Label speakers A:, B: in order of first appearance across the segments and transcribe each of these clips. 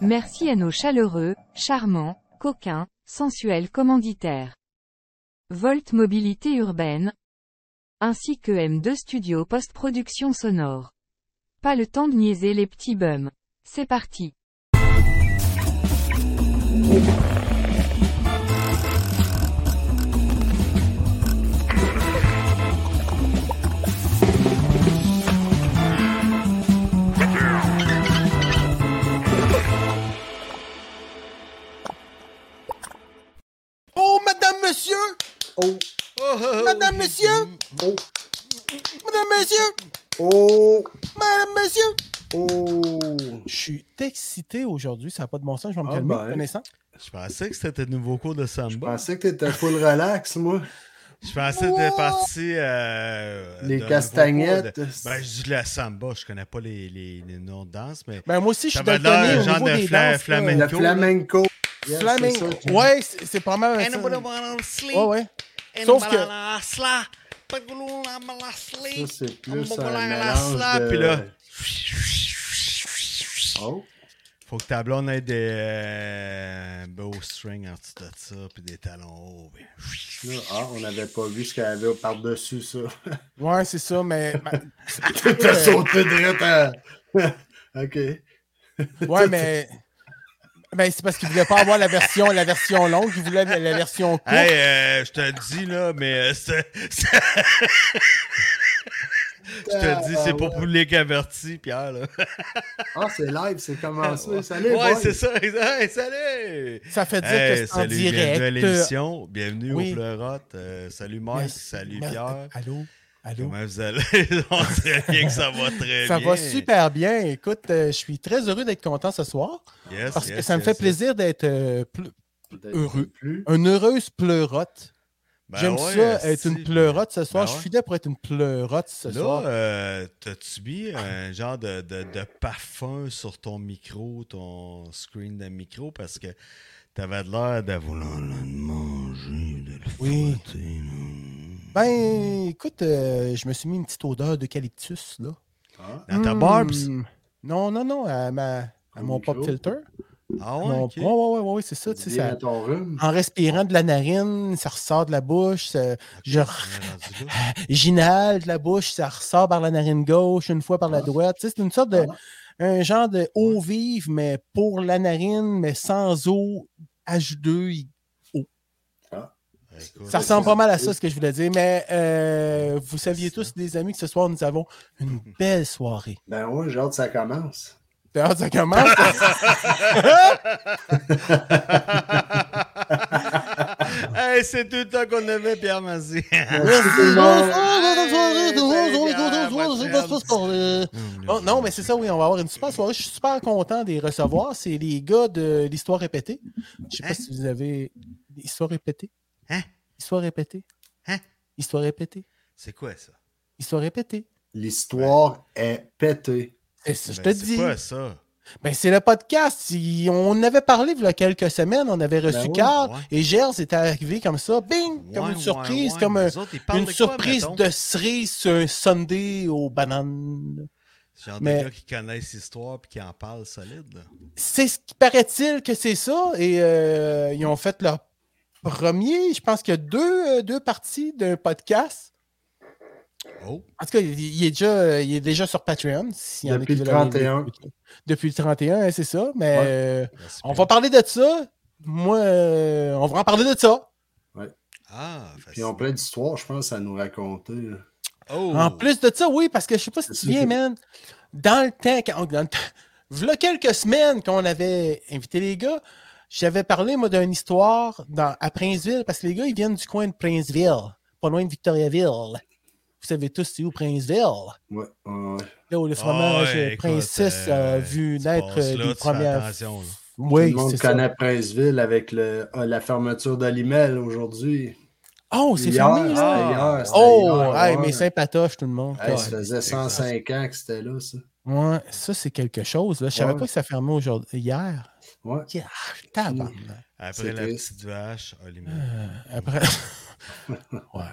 A: Merci à nos chaleureux, charmants, coquins, sensuels commanditaires. Volt Mobilité Urbaine, ainsi que M2 Studio Post-Production Sonore. Pas le temps de niaiser les petits bums. C'est parti.
B: Oh, madame, monsieur
C: Oh,
B: Oh, oh, oh. Madame, monsieur
C: oh,
B: Madame, monsieur
C: oh,
B: Madame, monsieur
C: oh.
D: Je suis excité aujourd'hui, ça n'a pas de bon sens, je vais me
C: Ah
D: calmer,
C: ben.
D: connaissant.
E: Je pensais que c'était un nouveau cours de
C: Je
E: samba.
C: pensais que t'étais full relax, moi.
E: Je pensais que t'étais parti. euh,
C: Les
E: d'un nouveau
C: castagnettes.
E: cours de- Ben, je dis le samba, je connais pas les, les, les noms de danse, mais.
D: Ben, moi aussi, je suis
E: Ça va de l'air
D: daltonien au
E: genre
D: niveau
E: de
D: des
E: fla-
D: danses,
E: flamenco.
C: Le
D: là.
E: Flamenco.
C: flamenco. Yes,
D: Flamingo.
C: c'est ça, tu-
D: Ouais, c'est c'est pas mal. ça. Ouais,
B: Oh,
D: ouais. Sauf que-
C: Ça,
E: que.
C: c'est plus un mélange de...
E: Puis là.
C: Oh,
E: Faut que ta blonde ait des euh, beaux strings en dessous de ça, puis des talons hauts. puis-
C: là, ah, on n'avait pas vu ce qu'il y avait par-dessus ça.
D: Ouais, c'est ça, mais. ma- Euh,
C: T'as sauté direct à... OK.
D: Ouais, mais. Ben, c'est parce qu'il voulait pas avoir la version, la version longue, il voulait la version courte.
E: Hey, euh, je te le dis là, mais euh, c'est- c'est- je te dis, c'est pour public averti, Pierre. Là.
C: Ah, c'est live, c'est commencé. Salut,
E: ouais,
C: boys.
E: c'est ça. Hey, salut.
D: Ça fait dire
E: Hey,
D: que c'est en
E: salut,
D: direct. euh,
E: bienvenue à l'émission. Bienvenue
D: oui.
E: aux pleurotes. Euh, salut Mike,
D: Merci,
E: salut
D: merci.
E: Pierre.
D: Allô? Allô?
E: Comment vous allez? On dirait bien que ça va très
D: Ça
E: bien.
D: va super bien. Écoute, euh, je suis très heureux d'être content ce soir
E: Yes,
D: parce que
E: yes,
D: ça me
E: yes,
D: fait
E: yes.
D: plaisir d'être euh, ple-
C: Peut-être
D: heureux.
C: plus.
D: Une heureuse pleurote.
E: Ben
D: J'aime
E: ouais,
D: ça, être
E: si,
D: une pleurote ce soir.
E: Ben
D: Je
E: ouais.
D: suis là pour être une pleurote ce soir.
E: Là, euh, t'as-tu subi un genre de, de- de parfum sur ton micro, ton screen de micro, parce que t'avais de l'air de vouloir le manger, de le
D: Oui.
E: frotter, non?
D: Ben, écoute, euh, je me suis mis une petite odeur d'eucalyptus, là.
C: Ah,
E: Dans ta
D: Hmm.
E: barbe?
D: Non, non, non, à, ma, à mon pop filter.
E: Ah ouais,
D: Mon-
E: ok.
D: Ouais, ouais, ouais, ouais, c'est ça, tu sais,
C: dis
D: ça-
C: à ton rhume.
D: En respirant de la narine, ça ressort de la bouche, ça- je
E: On est rendu là.
D: j'inhale de la bouche, ça ressort par la narine gauche, une fois par la
C: Ah.
D: droite. Tu sais, c'est une sorte de. Un genre de eau vive, mais pour la narine, mais sans eau H2. il-
E: Écoute,
D: Ça ressemble pas mal à ça, ce que je voulais dire. Mais euh, vous saviez tous, les amis, que ce soir, nous avons une belle soirée.
C: Ben ouais, j'ai hâte que ça commence.
D: D'ailleurs, ça commence.
E: Hey, c'est tout le temps qu'on avait, Pierre Mazzy.
D: Oh, Ah,
C: Merci tout le monde.
D: Bon, Oh, non, mais c'est ça, oui, on va avoir une super soirée. Je suis super content de les recevoir. C'est les gars de l'histoire répétée. Je sais pas
E: Hein?
D: si vous avez. Histoire répétée?
E: Hein?
D: Histoire répétée?
E: Hein?
D: Histoire répétée?
E: C'est quoi ça?
D: Histoire répétée?
C: L'histoire est pétée.
D: C'est ça, je te
E: Ben,
D: dis.
E: C'est quoi ça?
D: Ben, c'est le podcast. Il- On avait parlé il y a quelques semaines. On avait reçu
C: Ben oui,
D: Carl
E: ouais.
D: et Gers était arrivé comme ça. Bing! Ah, Comme
E: Ouais,
D: une surprise,
E: ouais, ouais,
D: comme
E: mais
D: un-
E: eux autres, ils parlent
D: une
E: de quoi,
D: surprise
E: mettons?
D: de cerise sur un Sunday aux bananes.
E: Genre
D: Mais-
E: des gars qui connaissent l'histoire puis qui en parlent solide. là.
D: c'est ce qui paraît-il que c'est ça. Et euh, ils ont fait leur premier, je pense qu'il y a deux, euh, deux parties d'un podcast.
E: Oh,
D: En tout cas, il, il est, déjà, euh, il est déjà sur Patreon. s'il y en a
C: Depuis
D: qui
C: le
D: veulent aller
C: 31.
D: l'écouter. Depuis le 31, hein, c'est ça. Mais
C: Ouais.
D: euh,
E: merci
D: on
E: bien.
D: va parler de ça. Moi, euh, on va en parler de ça.
E: Ah,
C: Puis on plein d'histoires, je pense, à nous raconter. là.
E: Oh.
D: En plus de ça, oui, parce que je sais pas si
C: C'est
D: tu te souviens,
C: sûr.
D: man. Dans le temps, quand, dans le temps- v'là quelques semaines qu'on avait invité les gars, j'avais parlé, moi, d'une histoire dans- à Princeville, parce que les gars, ils viennent du coin de Princeville, pas loin de Victoriaville. Vous savez tous c'est où Princeville?
C: Ouais, ouais, ouais.
D: Là où le
E: Ah
D: fromage
E: ouais,
D: euh,
E: écoute,
D: Princesse
E: euh,
D: a vu
E: tu
D: naître
E: passes
D: euh,
E: là,
D: les
E: tu fais
D: premières.
E: attention, là.
C: Tout
D: Oui,
C: le monde
D: c'est ça.
C: connaît Princeville avec le- ah, la fermeture d'Alimel aujourd'hui.
D: Oh, c'est
C: Hier,
D: fermé, là.
C: c'était
E: Ah.
C: hier, c'était
D: Oh,
C: hier,
D: hey,
C: ouais.
D: mais sympatoche, tout le monde.
C: Hey, ça
D: Ouais.
C: faisait 105 ans que c'était là, ça.
D: Ouais, ça, c'est quelque chose. Là. Je savais
C: Ouais.
D: pas que ça fermait aujourd'hui, hier.
C: Ouais.
D: Yeah, tabarnak.
E: Après
C: C'est
E: la ah,
C: triste.
D: Ah.
E: petite vache, Olivier.
D: Euh, après. ouais.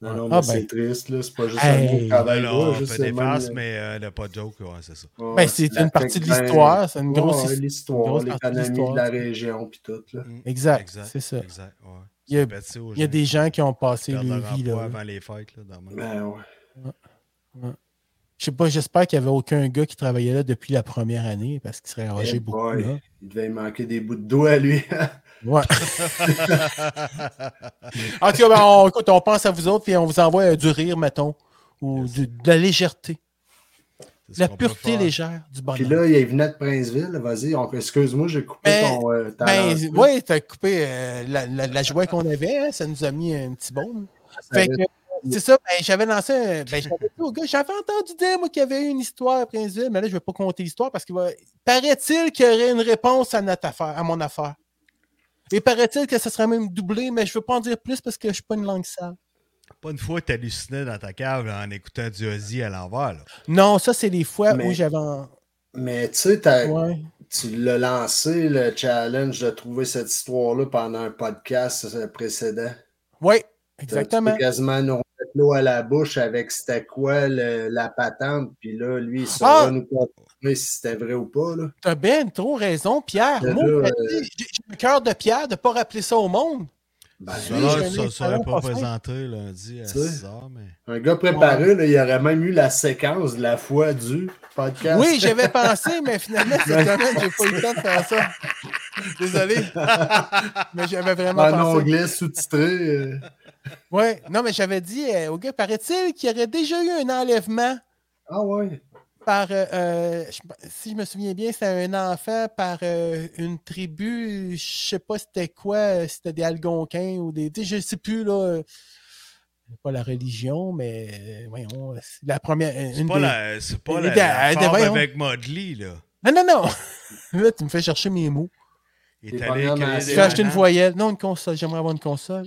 C: Non, non, mais
D: Ah, ben.
C: c'est triste, là. C'est pas juste
D: Hey.
C: un mot de travail.
E: là,
C: là,
E: on
C: juste
E: fait des passes, mais euh, le pas de joke, ouais, c'est ça.
D: Ben, c'est une partie de l'histoire, c'est une grosse
C: histoire.
D: histoire.
C: ben, L'histoire,
D: grosse partie de
C: l'économie de
D: l'histoire.
C: la région, puis tout, là.
E: Mm.
D: Exact,
E: Exact,
D: c'est ça.
E: Exact, ouais.
D: Il y a-
E: C'est bâti aux
D: Il y a
E: gens
D: des gens qui ont
E: qui
D: passé
E: ben, perdent
D: leur
E: leur
D: vie,
E: emploi
D: là.
E: avant les fêtes, là, dans le monde.
C: Ben, ouais.
D: Je sais pas, j'espère qu'il n'y avait aucun gars qui travaillait là depuis la première année parce qu'il serait ragé
C: Eh
D: beaucoup.
C: boy.
D: là.
C: Il devait manquer des bouts de doigts, lui.
D: Ouais. en tout cas, ben, on, écoute, on pense à vous autres et on vous envoie euh, du rire, mettons, ou du- de la légèreté,
E: C'est
D: de
E: ce
D: la
E: qu'on peut
D: pureté
E: faire.
D: légère du
C: Puis
D: bonheur.
C: là, il venait de Princeville. Vas-y, on- excuse-moi, j'ai coupé
D: Ben,
C: ton euh, talent.
D: Ben, ouais, t'as coupé euh, la, la- la joie qu'on avait, hein, ça nous a mis un petit bon.
C: Ah,
D: Fait que, euh, c'est ça, ben, j'avais lancé un- ben, j'avais dit au gars, j'avais entendu dire, moi, qu'il y avait eu une histoire à Princeville, mais là, je vais pas compter l'histoire parce qu'il va. Paraît-il qu'il y aurait une réponse à notre affaire, à mon affaire. Et paraît-il que ça serait même doublé, mais je veux pas en dire plus parce que je suis pas une langue sale.
E: Pas une fois que t'hallucinais dans ta cave là, en écoutant du Ozzy à l'envers, là.
D: Non, ça, c'est les fois
C: Mais-
D: où j'avais. en-
C: Mais tu sais, t'as-
D: Ouais.
C: tu l'as lancé, le challenge de trouver cette histoire-là pendant un podcast euh, précédent.
D: Ouais,
C: T'as-
D: exactement.
C: Euh, Tu peux quasiment nous remettre l'eau à la bouche avec c'était quoi le- la patente, puis là, lui, il saura
D: Ah!
C: nous confirmer si c'était vrai ou pas. Là.
D: T'as ben trop raison, Pierre.
C: Mais
D: Moi,
C: là, euh,
D: j'ai j'ai le cœur de Pierre de pas rappeler ça au monde.
C: Ben,
E: Ça
D: oui,
E: là,
D: j'ai un
E: ça serait
D: excellent
E: pas
D: parfum.
E: présenté lundi à
C: Tu sais.
E: 6h, mais.
C: un gars préparé, là, il aurait même eu la séquence de la foi du podcast.
D: Oui, j'avais pensé, mais finalement, cette semaine, j'ai pas eu le temps de faire ça. Désolé. mais j'avais vraiment
C: en
D: pensé.
C: anglais sous-titré. euh,
D: Ouais. Non, mais j'avais dit euh, au gars, paraît-il qu'il y aurait déjà eu un enlèvement
C: Ah ouais.
D: par, euh, euh, je- si je me souviens bien, c'était un enfant par euh, une tribu, je sais pas c'était quoi, euh, c'était des Algonquins ou des, tu sais, je sais plus, là, euh, pas la religion, mais euh, voyons, c'est la première, euh,
E: C'est
D: une
E: pas
D: des-
E: la. C'est pas
D: une
E: la.
D: des-
E: la
D: euh, des-
E: farce
D: voyons.
E: avec Modley, là.
D: Non, non, non! là, tu me fais chercher mes mots.
E: Il
C: Des
E: est allé
C: Premières
E: cueillir
C: Nations.
E: des
D: Tu veux acheter une
E: bananes.
D: voyelle. Non, une console. J'aimerais avoir une console.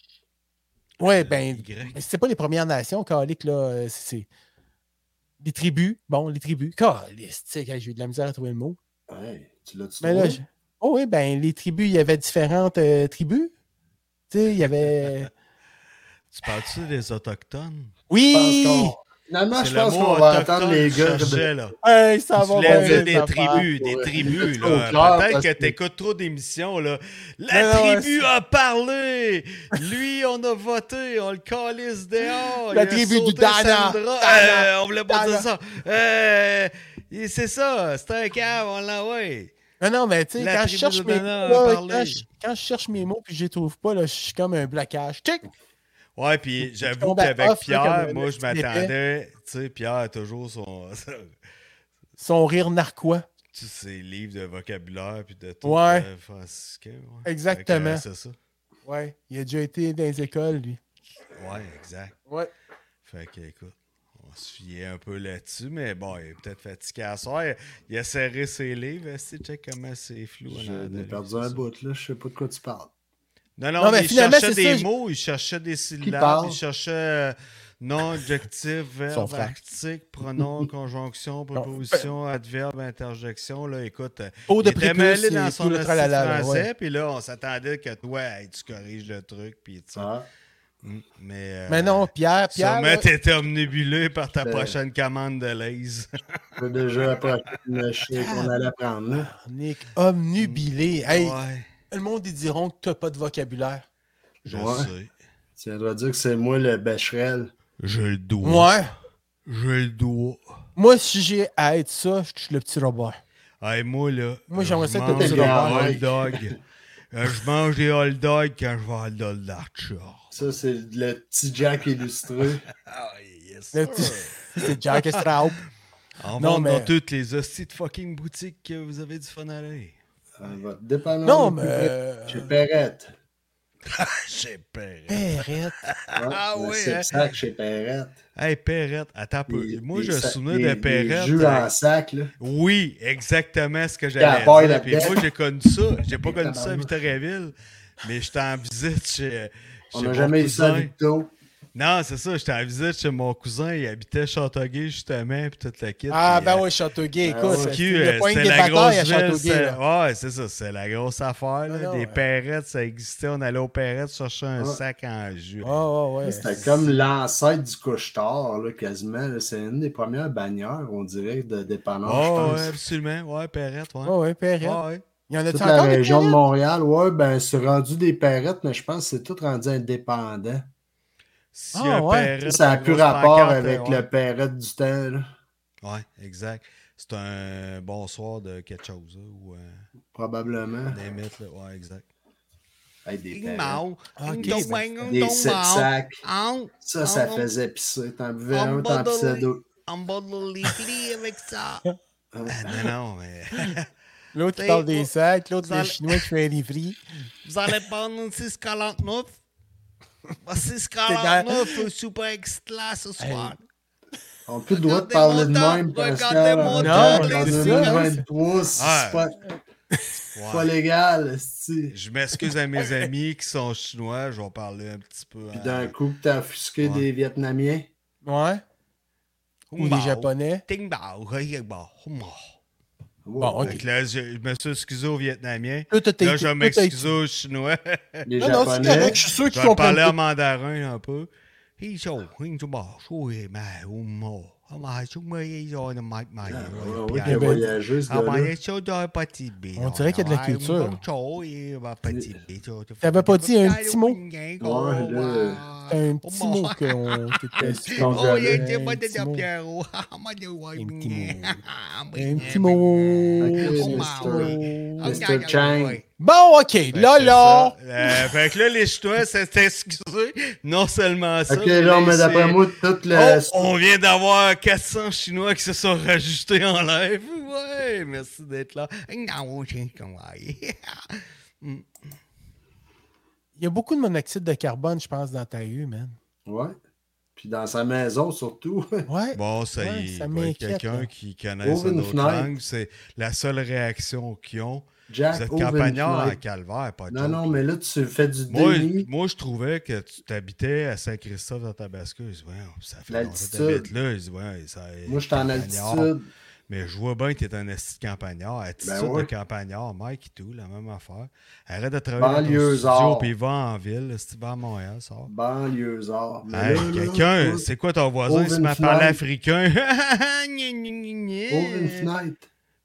E: Euh,
D: Ouais, ben,
E: Y.
D: c'est pas les Premières Nations, Calique, là. euh, C'est. Les tribus. Bon, les tribus. Calique, j'ai eu de la misère à trouver le mot.
C: Ouais, tu l'as-tu
E: Ben
D: Mais là,
C: trouvé?
D: je- oh, oui, ben, les tribus, il y avait différentes euh, tribus. Tu sais, il y avait.
E: Tu parles-tu des Autochtones?
D: Oui!
C: pense qu'on- Finalement,
E: C'est
C: Ah, je
E: le
C: pense
E: mot
C: qu'on va
E: autochtone
C: attendre les
E: que
C: gars.
E: je
C: de-
E: cherchais, là.
D: Hey, ça
E: Tu
D: va
E: voulais
D: bien,
E: dire des
D: ça va.
E: tribus, des
C: ouais.
E: tribus.
C: Trop
E: là.
C: clair, parce
E: Peut-être que
C: que-
E: t'écoutes trop d'émissions. là.
D: Mais
E: La
D: non,
E: tribu a parlé. Lui, on a voté. On le calisse dehors.
D: La
E: Il a
D: tribu
E: sauté
D: du Dana.
E: Sandra.
D: Dana.
E: Euh, on voulait pas
D: Dana.
E: dire ça. Euh, et c'est ça. C'est un cave. On l'envoie.
D: Non, non, mais tu sais,
E: La
D: quand je
E: tribu
D: cherche
E: de
D: mes mots,
E: Dana a
D: là,
E: parlé.
D: quand je- quand je cherche mes mots puis je les trouve pas, là, je suis comme un blocage. Tic!
E: Ouais, puis j'avoue
D: tombes à
E: qu'avec
D: off, là,
E: Pierre,
D: comme un
E: moi, je
D: petit
E: m'attendais. Tu sais, Pierre a toujours son.
D: Son rire narquois.
E: tous ces livres de vocabulaire puis de tout
D: Ouais.
E: euh, franciscain, ouais.
D: Exactement.
E: Fait que, euh, c'est ça.
D: Ouais, il a déjà été dans les écoles, lui.
E: Ouais, exact.
D: Ouais.
E: Fait que, écoute, on se fiait un peu là-dessus, mais bon, il est peut-être fatigué à soir. Il a serré ses livres. Esti, check comment c'est flou. en
C: J'en
E: arrière de
C: ai
E: lui,
C: perdu
E: c'est
C: un
E: ça.
C: bout, là. Je sais pas de quoi tu parles.
E: Non,
D: Non,
E: non,
D: mais
E: il
D: finalement,
E: cherchait
D: c'est
E: des
D: ça,
E: mots, il cherchait des syllabes,
C: parle?
E: il cherchait euh, nom, adjectif, verbe,
D: frère.
E: article, pronom, conjonction, proposition, adverbe, interjection. Là, écoute, euh,
D: Peau
E: il
D: de
E: était mêlé
D: prépuce
E: dans
D: et tout
E: son
D: le
E: esti
D: tralala. là, ouais.
E: français, puis là, on s'attendait que toi, hey, tu corriges le truc, puis tu sais.
C: Ah.
E: Mm, Mais, euh,
D: Mais non, Pierre, Pierre.
E: Sûrement,
D: là, Ben.
E: t'étais omnibulé par ta
C: Euh.
E: prochaine commande de l'aise.
C: J'ai déjà approché le chien qu'on allait prendre. Là.
D: Nick, omnubilé. Hey,
E: Mm. ouais,
D: le monde, ils diront que t'as pas de vocabulaire.
E: je
C: Ouais.
E: sais.
C: Tu viendras dire que c'est moi le Becherel.
E: Je le dois.
D: Ouais.
E: Je le dois.
D: Moi, si j'ai à être ça, je suis le petit Robert.
E: Hey, moi, là.
D: Moi, j'aimerais ça que
E: je
D: t'aies
E: mange
D: dit
E: des
C: Robert.
E: hot dogs. Euh, Je mange des hot dogs quand je vais à l'Oldarchard.
C: Ça, c'est le petit Jack illustré.
E: Ah, yes.
D: Le
E: sir.
D: petit- C'est Jack Straub.
E: En
D: Non,
E: vente
D: mais-
E: dans toutes les hosties de fucking boutiques que vous avez du fun à aller.
C: Ça va te dépendre.
D: Non, mais. euh,
C: Chez Perrette.
E: Chez Perrette.
D: Perrette.
E: Ah oui,
C: C'est
E: hein.
C: sac chez Perrette.
E: Hey, Perrette, attends un peu.
C: Des-
E: Moi,
C: des
E: je me
C: sacs-
E: souviens
C: des-
E: de
C: Des
E: Perrette.
C: jus
E: hein.
C: en sac, là.
E: Oui, exactement ce que
C: la
E: j'allais
C: paille
E: dire. Puis
C: là-dedans.
E: moi, j'ai connu ça. J'ai pas
C: Et
E: connu ça à
C: tabarnak.
E: Victoriaville, mais j'étais en visite chez.
C: On
E: chez
C: n'a
E: mon
C: jamais eu ça à
E: cousin.
C: Victo.
E: Non, c'est ça, j'étais à la visite chez mon cousin, il habitait Châteauguay justement, puis toute la kit.
D: Ah,
E: puis,
D: ben
E: euh,
D: oui, Châteauguay,
C: Ah
D: écoute.
C: ouais.
D: c'est-
E: Q,
D: il y a
E: euh,
D: pas une
E: c'était
D: des
E: la
D: batailles
E: grosse
D: à
E: ville.
D: Châteauguay.
E: c'est-
D: là.
E: Ouais, c'est ça, c'est la grosse affaire. là,
D: non,
E: des
D: ouais.
E: perrettes, ça existait, on allait aux perrettes chercher un
C: Ouais.
E: sac en jus.
D: Ah, Ouais, ouais, ouais.
C: C'était comme l'ancêtre du couche-tard, là, quasiment. là. C'est une des premières bannières, on dirait, de dépannage,
E: Oh,
C: je pense.
E: ouais, absolument. Ouais, perrette, ouais.
D: Ah, Ouais, ouais, Perrette.
E: Ouais,
D: Il y en a-tu
C: Toute la
D: encore des
C: région de
D: Perrettes?
C: Montréal, ouais, ben, c'est rendu des perrettes, mais je pense que c'est tout rendu indépendant.
E: Si
D: Ah,
E: un
D: ouais.
E: perrette,
C: ça
E: la
C: n'a plus
E: grosse
C: rapport
E: pancarte,
C: avec
E: ouais.
C: le perrette du temps, là.
E: Ouais, exact. C'est un bonsoir de quelque chose, là, ou euh,
C: probablement.
E: des mythes, là. Ouais, exact.
C: Hey, des
E: Ding
C: perrettes.
E: mao,
D: Ah,
E: ding
D: ok,
E: dong,
D: ben,
E: ding
C: Des
E: dong,
C: sept
E: mao.
C: sacs.
E: En-
C: Ça, ça
E: en-
C: faisait pisser. T'en buvais un,
E: en bas
C: t'en
E: de
C: pissais
E: l'eau.
C: d'autres.
E: En bas de l'épée avec ça. Ah, non, non, mais
D: L'autre qui
E: Hey,
D: parle
E: moi-
D: des sacs, l'autre
E: Dans le-
D: des Chinois qui fait un livry.
E: vous allez prendre 6,49. Bah, 6,49
D: 6,49,
E: au super extra ce soir.
C: On peut droit de
E: Regardez
C: parler de
E: mon temps,
C: même,
E: regardez
C: Pascal.
E: mon
C: en
E: temps,
C: temps,
D: les
C: En
D: yeux.
C: 2023, c'est
E: Ouais.
C: pas, pas légal, esti.
E: Je m'excuse à mes amis qui sont chinois, je vais parler un petit peu.
C: Puis
E: à-
C: d'un coup, que t'as offusqué
E: Ouais.
C: des Vietnamiens.
D: Ouais. Ou des
E: Mao.
D: Japonais.
E: Ding bao, hey, bao, mao.
D: Bon,
E: Fait
D: ok.
E: que là, je, je me suis excusé aux Vietnamiens.
D: Là, t'as été-
E: Là, je vais
D: là, t'as été-
E: m'excuser aux Chinois.
C: Les
D: Non, non, c'est
C: Japonais.
D: correct, je suis sûr
E: Je
D: qu'ils
E: vais
D: comprennent.
E: parler en
D: pas.
E: mandarin un peu. Hey, so, hey, so, bao, so, hey, ma, oh, mao. Ah, ma, so, ma, hey, so, na, ma, ma,
C: Ah,
E: hey,
C: ouais,
E: ouais,
C: ouais,
E: bien.
C: qu'il a voyagé, ce
E: Ah, ma,
C: gars-là.
E: hey, so, da, petit bé,
D: On
E: là,
D: dirait qu'il y a de la
E: ah,
D: culture.
E: mon cho, hey, ma, petit bé, so, so,
D: T'avais pas dit un petit mot?
E: Ouais,
C: là.
D: C'est un petit mot qu'on t'était
C: petit mot.
E: Oh, il
D: Un
E: était pas de
D: petit mot.
E: Pierrot. Ah, moi, je vois
D: Un petit
E: bien.
D: mot.
E: Ah,
D: Un
E: oui,
D: petit mot.
C: Ok,
E: Oh,
C: Mr.
E: Maui.
C: Mr.
E: Ok, ok,
C: Chang.
E: ouais.
D: Bon, ok.
E: Fait que
D: Là,
E: Ah, ben,
D: là.
E: c'est ça. Euh, fait que là, les Chinois s'étaient excusés. Non seulement ça.
C: Ok, là, mais
E: c'est-
C: d'après moi, toute
E: Oh,
C: la.
E: on vient d'avoir 400 Chinois qui se sont rajustés en live. Ouais, merci d'être là. Non, j'ai compris.
D: Il y a beaucoup de monoxyde de carbone, je pense, dans ta rue, man.
C: Ouais. Puis dans sa maison, surtout.
D: Ouais.
E: Bon, ça
D: Ouais,
E: y est.
D: ça
E: il va y a
D: m'inquiète,
E: Quelqu'un
D: là.
E: qui connaît
C: Ouvre
E: une
C: une
E: autre
C: fenêtre.
E: langue, c'est la seule réaction qu'ils ont. Vous
C: Jack,
E: êtes
C: ouvre une
E: campagnard à
C: fenêtre.
E: calvaire, pas de
C: Non,
E: joke,
C: non,
E: là.
C: mais là, tu fais du
E: Moi,
C: déni.
E: moi, je trouvais que tu t'habitais à Saint-Christophe dans Tabasco. Je dis, ouais, ça fait longtemps que
C: L'altitude.
E: t'habites là. Je dis, ouais, ça
C: Moi, je suis en
E: campagnard.
C: altitude.
E: Mais je vois bien que t'es un esti de campagnard. Attitude
C: Ben ouais.
E: de campagnard, Mike et tout, la même affaire. Arrête de travailler dans ton
C: Banlieusard.
E: studio, puis va en ville. Si tu vas à Montréal, sors.
C: Banlieusard. Mais
E: Hey,
C: Ben là, là,
E: quelqu'un,
C: toi,
E: c'est quoi ton voisin?
C: Ouvre
E: Il se
C: une
E: met à parler
C: fenêtre.
E: africain.
C: Ouvre une
E: Ouvre
C: fenêtre.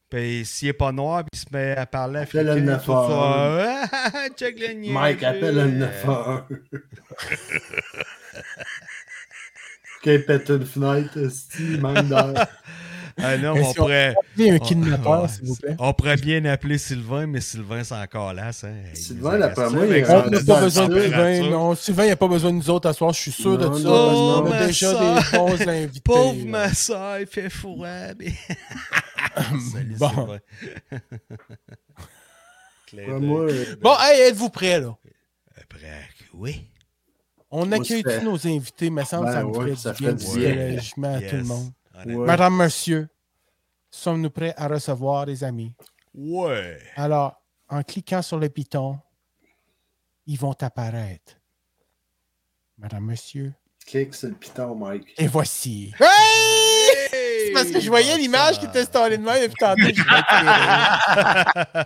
E: Puis s'il est pas noir, puis il se met à parler
C: Appelle
E: africain.
C: le
E: tout ça. Check le niaiseux. Euh,
C: Mike, appelle le 911. Qu'il pète une fenêtre, esti, même dans.
E: Ah non,
D: Mais
E: on
D: si on-
E: pourrait.
D: Il y a un
E: Ah,
D: kidnappeur,
E: ouais.
D: s'il vous plaît.
E: On pourrait bien appeler Sylvain, mais Sylvain, c'est encore là. ça. Il
C: Sylvain,
E: nous
C: là,
E: agace
C: pas
E: ça,
C: moi,
E: mais
C: il est
E: ça,
D: On
C: rendu
D: n'a
E: la
D: pas
C: dans
D: besoin de
E: température.
D: Sylvain. Non, Sylvain, il n'y a pas besoin de nous autres à soir, je suis sûr
C: Non,
D: de ça.
C: non,
D: on a
E: non,
D: déjà
E: mais
D: des
E: ça-
D: bons invités.
E: Pauvre
D: là.
E: ma soeur, il fait fourrer. Salut,
D: Bon.
E: Sylvain. Clin
C: Pas
E: d'œil.
C: moi.
D: Bon, hey, êtes-vous prêts, là?
E: Après, oui.
D: On
C: se
D: accueille
C: fait-
D: tous nos invités, mais ça me
C: Ben
D: semble
C: ouais,
D: que
C: ça
D: ça
C: fait
D: fait
C: du
D: du
E: bien.
D: décollagement à
E: Yes.
D: tout le monde.
E: Honnêtement.
C: Ouais.
D: Madame, monsieur, sommes-nous prêts à recevoir les amis?
E: Ouais.
D: Alors, en cliquant sur le piton, ils vont apparaître. Madame, monsieur,
C: Clique sur le piton, Mike.
D: et voici. Hey! C'est parce que je voyais l'image qui était installée de main depuis tantôt. Je vais tirer.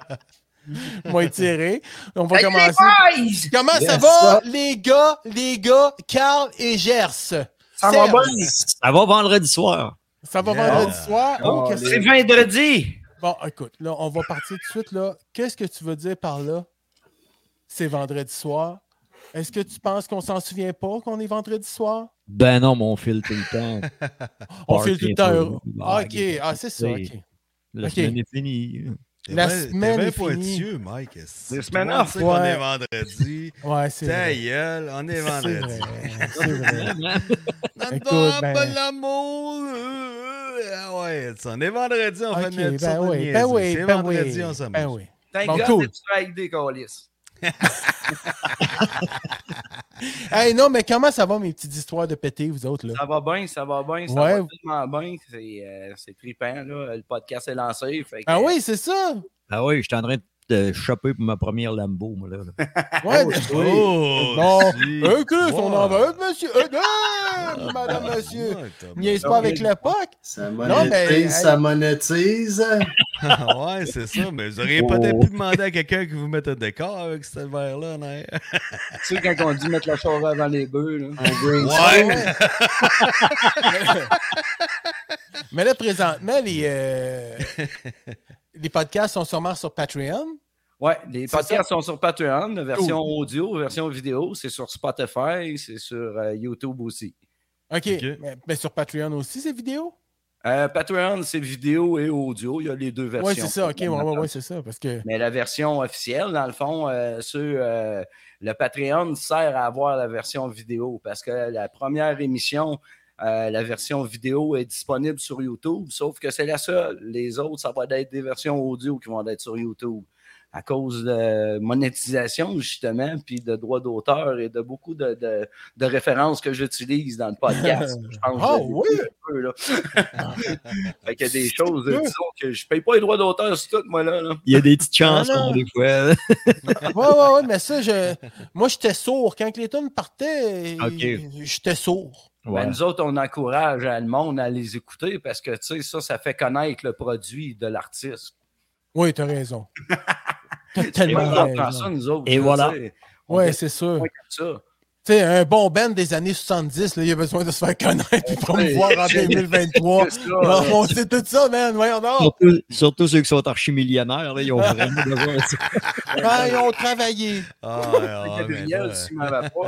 D: Moi, tirer. On va commencer. Comment ça
C: Yes,
D: va,
C: ça.
D: les gars, les gars, Carl et Gers? Ça
F: Ça va bien. Ça va vendredi soir.
D: Ça va
E: Yeah.
D: vendredi soir?
C: Oh,
D: Oh, qu'est-ce
C: les-
F: C'est vendredi.
D: que- Bon, écoute, là, on va partir tout de suite, là. Qu'est-ce que tu veux dire par là? C'est vendredi soir. Est-ce que tu penses qu'on s'en souvient pas qu'on est vendredi soir?
F: Ben non, mais on file tout le temps.
D: On file tout le temps
F: Party,
D: heureux. Ah, OK,
F: party.
D: ah, c'est ça,
F: Oui.
D: OK.
F: La
D: Ok.
F: semaine est finie.
E: T'es
D: La
E: bien- t'es
D: semaine
E: bien
D: est finie.
E: pointilleux, Mike. La
F: semaines off.
E: On
D: Ouais.
E: est vendredi.
D: Ouais, c'est
E: Ta
D: vrai.
E: gueule, on est
D: C'est
E: vendredi.
D: vrai, c'est vrai.
E: Notre
D: Écoute,
E: Bob,
D: ben-
E: l'amour. euh, euh, ah ouais, ça, on est vendredi, on
D: OK,
E: fait notre
D: ben oui, ben oui,
E: C'est
D: ben
E: vendredi,
D: oui.
E: on s'amuse.
D: Ben oui.
G: Thank
D: Bon,
G: God
D: cool.
G: that tu fais avec des câlisses.
D: Hey, non, mais comment ça va, mes petites histoires de péter, vous autres, là?
G: Ça va bien, ça va bien, ça
D: Ouais.
G: va tellement bien. C'est, euh, c'est trippant, là. Le podcast est lancé. fait que-
D: Ah oui, c'est ça!
F: Ah oui, je suis en train de euh, choper pour ma première Lambo, moi, là.
D: Ouais,
E: Oh,
D: Non,
E: si.
D: un cul, on en
E: Ah, Wow.
D: veut un, monsieur. Un, deux, madame,
E: Ah,
D: monsieur.
E: ouais, t'as-
D: Niaise pas avec le POC.
C: Ça
D: mais,
C: monétise,
D: hey.
C: ça monétise. hein,
E: Ah ouais, c'est ça, mais vous
G: Oh.
E: auriez peut-être pu demander à quelqu'un qui vous mette un décor avec ce verre-là, non?
G: euh, Tu sais, quand on dit mettre la chose avant les bœufs, là.
C: Un green
E: Ouais!
D: Mais là, présentement, les, euh, les podcasts sont sûrement sur Patreon.
G: Ouais, les
D: C'est
G: podcasts sont sur Patreon, version audio, version vidéo, c'est sur Spotify, c'est sur euh, YouTube aussi.
D: OK.
E: Ok.
D: Mais, mais sur Patreon aussi, ces vidéos?
G: Euh, Patreon, c'est vidéo et audio, il y a les deux versions.
D: Oui, c'est ça. OK, ouais, ouais, ouais, c'est ça. Parce que.
G: Mais la version officielle, dans le fond, euh, sur, euh, le Patreon sert à avoir la version vidéo parce que la première émission, euh, la version vidéo est disponible sur YouTube, sauf que c'est la seule. Les autres, ça va être des versions audio qui vont être sur YouTube à cause de monétisation, justement, puis de droits d'auteur et de beaucoup de, de- de références que j'utilise dans le podcast. Je pense que
D: Ah
G: je l'ai
D: oui?
G: dit un peu, là. fait qu'il y a des choses, euh, disons que je paye pas les droits d'auteur sur tout, moi, là. là.
F: Il y a des petites chances,
D: Ah, non.
F: des fois.
D: Ouais, ouais, ouais, mais ça, je... moi, j'étais sourd. Quand les tunes partaient,
F: OK.
D: j'étais sourd.
G: Ben, nous autres, on encourage le monde à les écouter parce que, tu sais, ça, ça fait connaître le produit de l'artiste.
D: Oui, t'as raison. T'as
G: Et
D: tellement
G: on entend
D: raison.
G: ça, nous autres.
F: Et
G: là,
F: voilà.
G: tu sais. On
D: Ouais,
G: est-
D: c'est sûr.
G: on est comme ça.
D: Tu sais, un bon band des années 70, là, il a besoin de se faire connaître et promouvoir en 2023.
G: C'est ça, euh,
D: Bon,
G: là.
D: on sait tout ça, man. Voyons donc.
F: Surtout, surtout ceux qui sont archimillionnaires, là, ils ont vraiment besoin de ça.
D: Ah, ils ont travaillé.
E: Ah,
G: Le
E: ouais, ouais, mais
G: Gabriel,
E: là,
G: s'il m'en va pas,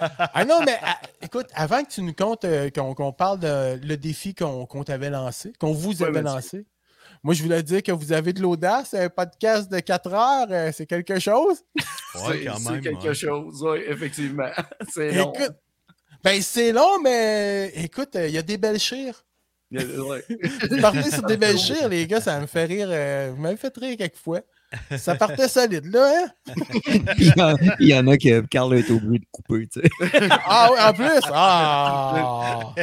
G: là.
D: Ah non, mais ah, écoute, avant que tu nous comptes, euh, qu'on qu'on parle de le défi qu'on qu'on t'avait lancé, qu'on vous
G: Ouais,
D: avait
G: vas-y.
D: lancé, moi, je voulais dire que vous avez de l'audace. Un podcast de 4 heures, euh, c'est quelque chose.
E: ouais,
G: C'est-
E: quand
G: c'est
E: même. hein.
G: quelque
E: ouais.
G: chose, oui, effectivement. C'est long.
D: Écoute, ben, c'est long, mais écoute, euh, il y a des belles chires.
G: Ouais.
D: Vous partez sur des belles chires, les gars, ça me fait rire. euh, vous m'avez fait rire quelquefois. Ça partait solide, là, hein?
F: Puis il y en- il y en a que Carl est obligé de couper, tu sais.
D: Ah oui, en plus! Ah!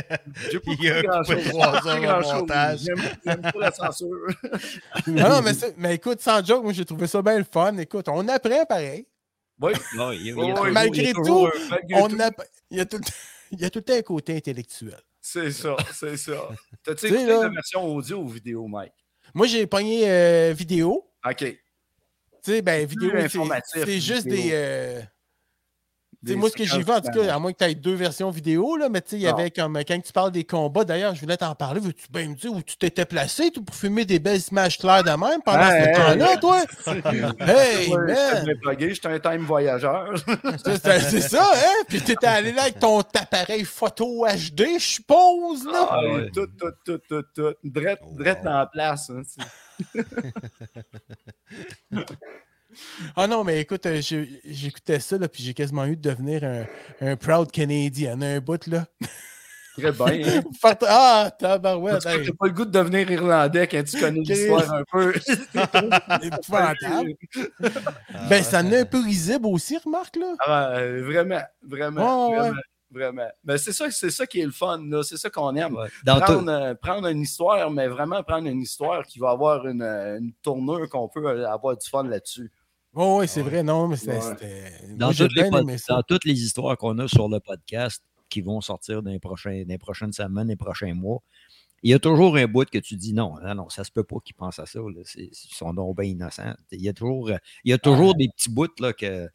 G: J'ai pas
E: Il y a
G: coupé grand-chose.
E: coupé trois
G: J'ai pas
E: heures de
G: grand-chose.
E: montage.
G: J'aime j'aime pas la censure.
D: Ah non, mais, c'est- mais écoute, sans joke, moi, j'ai trouvé ça bien le fun. Écoute, on apprend pareil.
G: Oui.
F: Non, il y a-
G: Oui, oui,
D: Malgré
G: il y a
D: tout,
G: toujours un- malgré
D: On
G: tout,
D: app- il, y a tout... il y a tout le temps un côté intellectuel.
G: C'est ça, c'est ça. T'as-tu
D: Tu sais,
G: écouté
D: là-
G: la version audio ou vidéo, Mike?
D: Moi, j'ai pogné euh, vidéo.
G: OK.
D: Tu sais, ben, vidéo, c'est-
G: informatif,
D: c'est juste
G: vidéo.
D: des. euh, tu sais,
G: Des
D: moi, ce que j'ai vu, en tout cas, à moins que tu aies deux versions vidéo, là, mais tu sais, il y
G: Non.
D: avait comme. euh, Quand tu parles des combats, d'ailleurs, je voulais t'en parler. Veux-tu bien me dire où tu t'étais placé toi, pour filmer des belles images claires de même pendant
G: Ouais,
D: ce
G: ouais,
D: temps-là,
G: ouais.
D: toi? hey,
G: Ben, Ouais,
D: man!
G: Je suis j'étais un time voyageur.
D: Ça, C'est c'est ça, hein? Puis t'étais allé là avec ton appareil photo HD, je suppose, là?
G: Ah,
F: ouais.
G: oui, Tout, tout, tout, tout, tout. Drette,
E: Wow.
G: drette dans la place. hein, c'est-
D: Ah non, mais écoute, euh, j'ai- j'écoutais ça, là, puis j'ai quasiment eu de devenir un, un proud Canadian, un bout, là.
G: Très bien. hein.
D: Faire- Ah, tabarouette,
G: Parce que
D: hey,
G: T'as pas le goût de devenir Irlandais quand tu connais
D: Chris.
G: l'histoire un peu.
D: épouvantable. Ben, ça en est un peu risible aussi, remarque, là.
G: Ah, euh, vraiment, vraiment,
D: Ouais, ouais, ouais.
G: vraiment, vraiment. Mais c'est ça, c'est ça qui est le fun, là. C'est ça qu'on aime.
F: Dans tout-
G: prendre, euh, prendre une histoire, mais vraiment prendre une histoire qui va avoir une, euh, une tournure qu'on peut euh, avoir du fun là-dessus.
D: Oh, oui, c'est
E: Ouais.
D: vrai, non, mais c'est-
C: Ouais.
D: c'était.
F: dans,
D: moi, j'ai
F: toutes les
D: bien
F: pod-
D: aimé ça.
F: dans toutes les histoires qu'on a sur le podcast qui vont sortir dans les, prochains, dans les prochaines semaines, les prochains mois, il y a toujours un bout que tu dis non, non, non, ça se peut pas qu'ils pensent à ça. là. C'est- Ils sont donc bien innocents. Il y a toujours, euh, il y a toujours des petits bouts là, que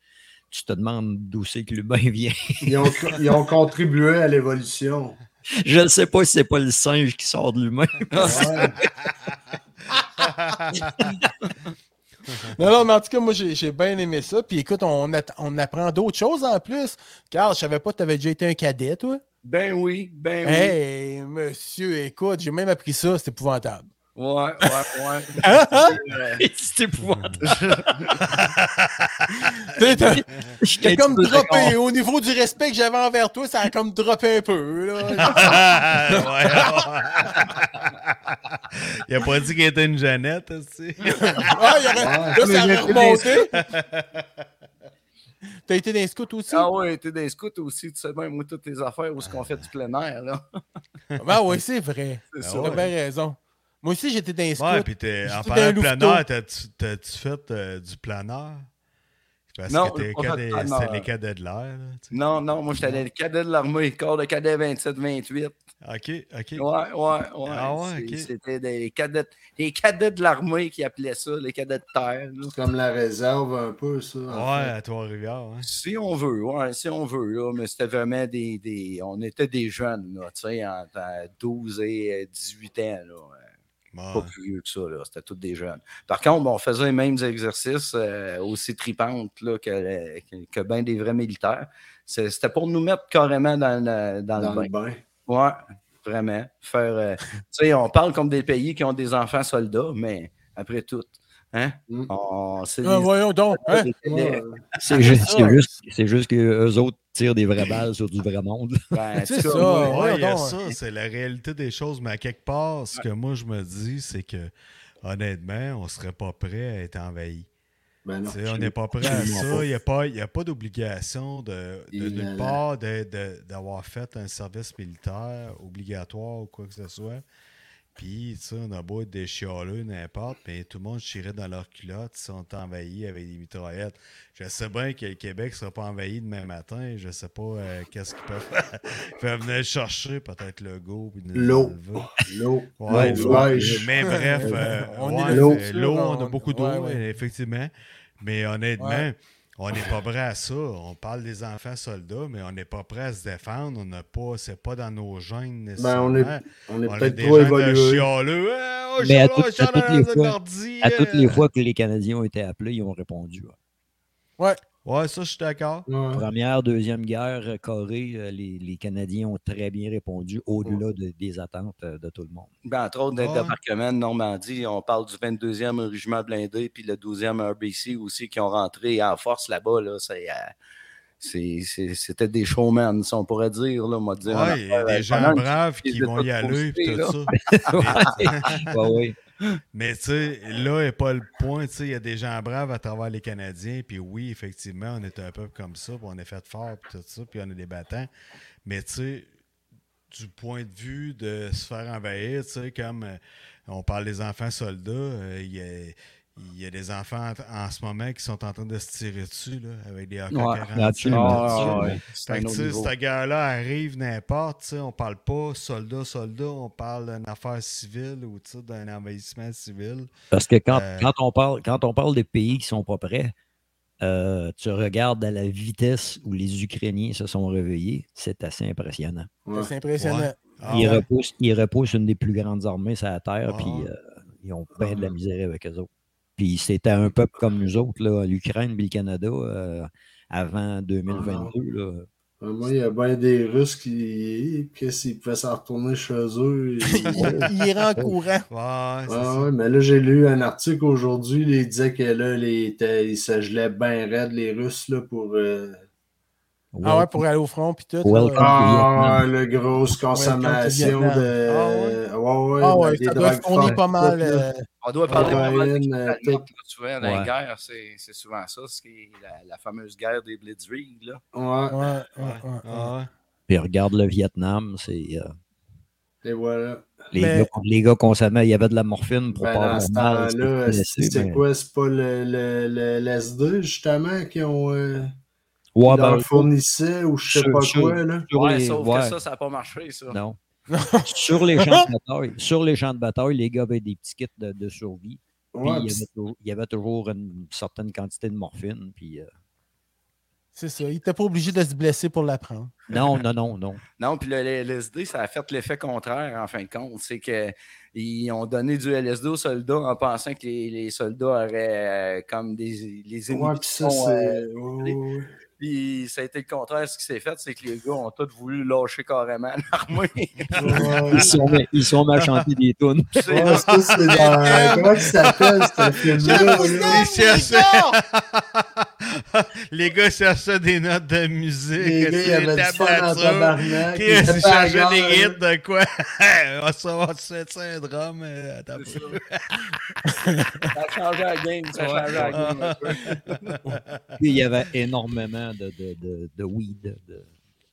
F: tu te demandes d'où c'est que l'humain vient.
C: Ils ont, ils ont contribué à l'évolution.
F: Je ne sais pas si c'est pas le singe qui sort de l'humain.
C: Ouais.
D: Non, non, mais en tout cas, moi, j'ai j'ai bien aimé ça. Puis écoute, on, at- on apprend d'autres choses en plus. Car je savais pas que t'avais déjà été un cadet, toi.
G: Ben oui, ben oui.
D: Hey, monsieur, écoute, j'ai même appris ça, c'est épouvantable.
G: Ouais, ouais, ouais.
D: Hein, hein?
G: Euh,
F: c'est épouvantable.
D: T'es- t'es-
F: J'étais
D: J'ai
F: un
D: comme
F: petit peu
D: droppé. Au niveau du respect que j'avais envers toi, ça a comme droppé un peu. Là.
E: Ah, ouais, ouais. Il a pas dit qu'il était une Jeannette, aussi.
D: Ah, il y aurait- là, ça aurait remonté. T'as été dans les scouts aussi?
G: Ah ouais, t'es des scouts aussi, tu sais même où toutes tes affaires, où ce qu'on fait du plein air, là.
D: Ben oui, c'est vrai.
G: C'est
E: Ah
G: ça.
D: T'as bien raison. Moi aussi, j'étais dans les scouts.
E: Ouais, puis t'es- en
D: J'étais
E: parlant
D: un
E: de
D: louveteau.
E: planeur, t'as-tu t'as-tu fait euh, du planeur? Parce
G: Non,
E: que t'es
G: pas fait de
E: cadet-
G: planeur.
E: c'était les cadets de l'air. là, tu sais.
G: Non, non, moi, j'étais le cadet de l'armée, corps de cadet 27-28.
E: OK, OK.
G: Ouais, ouais, ouais.
E: Ah ouais,
G: C'est-
E: ok.
G: C'était des cadets, les cadets de l'armée qui appelaient ça, les cadets de terre. là.
C: Comme la réserve, un peu, ça.
E: Ouais,
C: en fait.
E: à Trois-Rivières. ouais.
G: Si on veut, ouais, si on veut, là, mais c'était vraiment des, des- On était des jeunes, là, tu sais, entre euh, 12 et euh, 18 ans, là.
E: Bon,
G: Pas plus vieux que ça, là. C'était tous des jeunes. Par contre, bon, on faisait les mêmes exercices euh, aussi tripantes là, que, le- que, que bien des vrais militaires. C'est- C'était pour nous mettre carrément dans le, dans le
C: Dans
G: bain.
C: le bain.
G: Ouais, vraiment. Faire, euh, tu sais, on parle comme des pays qui ont des enfants soldats, mais après tout, hein?
C: Mm.
G: on- c'est
D: Ah,
G: des-
D: voyons donc. hein.
G: c'est des-
C: Ouais.
F: C'est ju-
D: ça.
F: c'est juste, c'est juste qu'eux autres tirent des vraies balles sur du vrai monde.
G: Ben, en
D: C'est
G: tout cas,
D: ça,
G: moi,
D: ouais, hein.
E: Ouais, il y a
D: donc,
E: ça, c'est la réalité des choses, mais à quelque part, ce que moi je me dis, c'est que honnêtement, on serait pas prêt à être envahi.
C: Ben non.
E: Tu sais, on n'est pas prêt à ça. Il n'y a pas, il y a pas d'obligation de, de
C: Et là là.
E: nulle part de- de- d'avoir fait un service militaire obligatoire ou quoi que ce soit. Puis, tu sais, on a beau être des chialeux, n'importe, mais tout le monde chirait dans leurs culottes, sont envahis avec des mitraillettes. Je sais bien que le Québec ne sera pas envahi demain matin. Je sais pas euh, qu'est-ce qu'ils peuvent faire. Ils peuvent venir chercher peut-être le go. puis nous
C: L'eau.
E: enlever.
C: L'eau.
E: Ouais,
C: L'eau
E: l'eau.
C: fraîche.
E: Mais bref, euh,
D: On
E: ouais,
D: est
C: là-dessus,
D: là,
E: l'eau, l'eau, on a
D: on-
E: beaucoup d'eau,
D: ouais, ouais.
E: effectivement. Mais honnêtement,
D: Ouais.
E: on n'est pas prêt à ça. On parle des enfants soldats, mais on n'est pas prêt à se défendre. On n'a pas, c'est pas dans nos gènes
C: Ben,
E: nécessairement.
C: on est, on est
E: On a
C: peut-être
E: des
C: trop
E: gens de
C: évolué.
E: chialeux. Ah, oh,
F: Mais à
E: chialeux,
F: toutes- à
E: chialeux,
F: toutes les
E: c'est
F: fois-
E: mardi,
F: À toutes les
E: euh.
F: fois que les Canadiens ont été appelés, ils ont répondu. hein.
E: Ouais, ça, je suis d'accord.
C: Ouais.
F: Première, deuxième guerre, euh, Corée, euh, les, les Canadiens ont très bien répondu au-delà de- des attentes euh, de tout le monde.
G: Ben, entre autres, dans le
E: Ouais.
G: débarquement de Normandie, on parle du 22e régiment blindé puis le 12e RBC aussi qui ont rentré en force là-bas. Là, C'est, euh, c'est- c'est- c'était des showmen, si on pourrait dire. Là, on va dire,
E: Ouais, il y a
G: euh,
E: des gens
G: pendant-
E: braves qui
G: qu'ils
E: vont y
G: étaient
E: aller, puis
G: postés,
E: tout
G: là.
E: ça.
F: Ouais, ouais, ouais.
E: Mais tu sais, là n'est pas le point. Tu sais, il y a des gens braves à travers les Canadiens. Puis oui, effectivement, on est un peuple comme ça. Puis on est fait fort, puis tout ça. Puis on est des battants. Mais tu sais, du point de vue de se faire envahir, tu sais, comme euh, on parle des enfants soldats, euh, il y a. il y a des enfants en, en ce moment qui sont en train de se tirer dessus là, avec des AK-47.
F: absolument.
E: là-dessus.
G: Ah, ouais, c'est un
E: Fait que,
G: autre
E: tu sais,
G: niveau.
E: cette guerre-là arrive n'importe, tu sais, on parle pas soldat, soldat, on parle d'une affaire civile ou tu sais, d'un envahissement civil.
F: Parce que quand,
E: Euh.
F: quand, on parle, quand on parle de pays qui sont pas prêts, euh, tu regardes à la vitesse où les Ukrainiens se sont réveillés, c'est assez impressionnant.
C: Ouais.
D: C'est impressionnant.
E: Ah
F: ils,
E: ouais.
F: repoussent, ils repoussent une des plus grandes armées sur la Terre,
E: Ah.
F: puis euh, ils ont bien de la misère avec eux autres. Puis c'était un peuple comme nous autres, là, l'Ukraine puis le Canada, euh,
E: Ah.
F: avant 2022. là.
C: Euh, Moi, il y a bien des Russes qui, qu'est-ce qu'ils pouvaient s'en retourner chez eux. et- ouais,
D: Il est en courant.
E: Ouais, c'est ça.
C: Ah ouais, mais là, j'ai lu un article aujourd'hui, là, il disait que là, les, étaient- ils se gelaient bien raide, les Russes, là, pour. euh,
D: Ah ouais, pour aller au front, puis tout.
F: Welcome.
D: là.
C: Ah, le grosse consommation
D: Welcome to
C: de.
E: Ah
C: ouais, ouais,
D: Ah
C: ben,
D: ouais,
C: des
D: ça doit
C: drogues
D: tourner
C: fortes,
D: pas mal.
C: là.
D: euh,
G: On doit
C: Ouais,
G: parler pas mal
C: Ian,
G: de
C: euh,
G: Capitale Nord, là, souvent, dans
F: Ouais.
G: les guerres, c'est, c'est souvent ça, ce qui est la, la fameuse guerre des Blitzkrieg. Là.
C: Ouais,
D: ouais, ouais,
E: Ouais,
D: ouais, ouais.
E: ah ouais.
F: Puis regarde le Vietnam, c'est euh,
C: et voilà.
F: les,
D: Mais-
F: gars, les gars consommaient, il y avait de la morphine pour
C: Ben,
F: pas
C: dans
F: avoir
C: ce
F: mal.
C: temps-là, c'est
F: c'était blessé, ben.
C: c'est
F: mais-
C: quoi? C'est pas le, le, le, le S2 justement qui ont euh,
F: Ouais,
C: qui
F: ben,
C: leur fournissait ou je sais
F: sur-
C: pas
F: sur-
C: quoi là.
F: sur
G: ouais,
F: les-
G: sauf
F: ouais,
G: que ça, ça n'a pas marché, ça.
F: non. sur, les champs de bataille, sur les champs de bataille, les gars avaient des petits kits de, de survie. Puis
C: Ouais,
F: il, y
C: pis-
F: avait toujours, il y avait toujours une certaine quantité de morphine. Puis, euh,
D: C'est ça. Il n'était pas obligé de se blesser pour la prendre.
F: Non, non, non, non.
G: Non, puis le, le LSD, ça a fait l'effet contraire, en fin de compte. C'est qu'ils ont donné du LSD aux soldats en pensant que les, les soldats auraient euh, comme des les
C: ouais, pis ça,
G: inhibitions. euh,
C: c'est. ouais, ouais.
G: Puis ça a été le contraire. Ce qui s'est fait, c'est que les gars ont tous voulu lâcher carrément l'armée.
C: Ouais,
F: Ils sont, ils sont mal chantés des tunes.
G: C'est
C: ouais, ça, c'est dans. Comment il s'appelle ce film-là? là?
E: Ils cherchaient... les gars cherchaient des notes de musique,
C: Les gars, il y
E: des
C: avait du fun en
E: tablatures.
C: tabarnak.
E: Qui
C: ils étaient
E: ils
C: pas à
E: cherchaient des
C: gare,
E: guides de quoi? on se on se fait ça, un drum. euh, attends un peu.
G: ça a changé la game. Ça a changé la game. un peu.
F: Puis il y avait énormément de, de, de, de weed, de,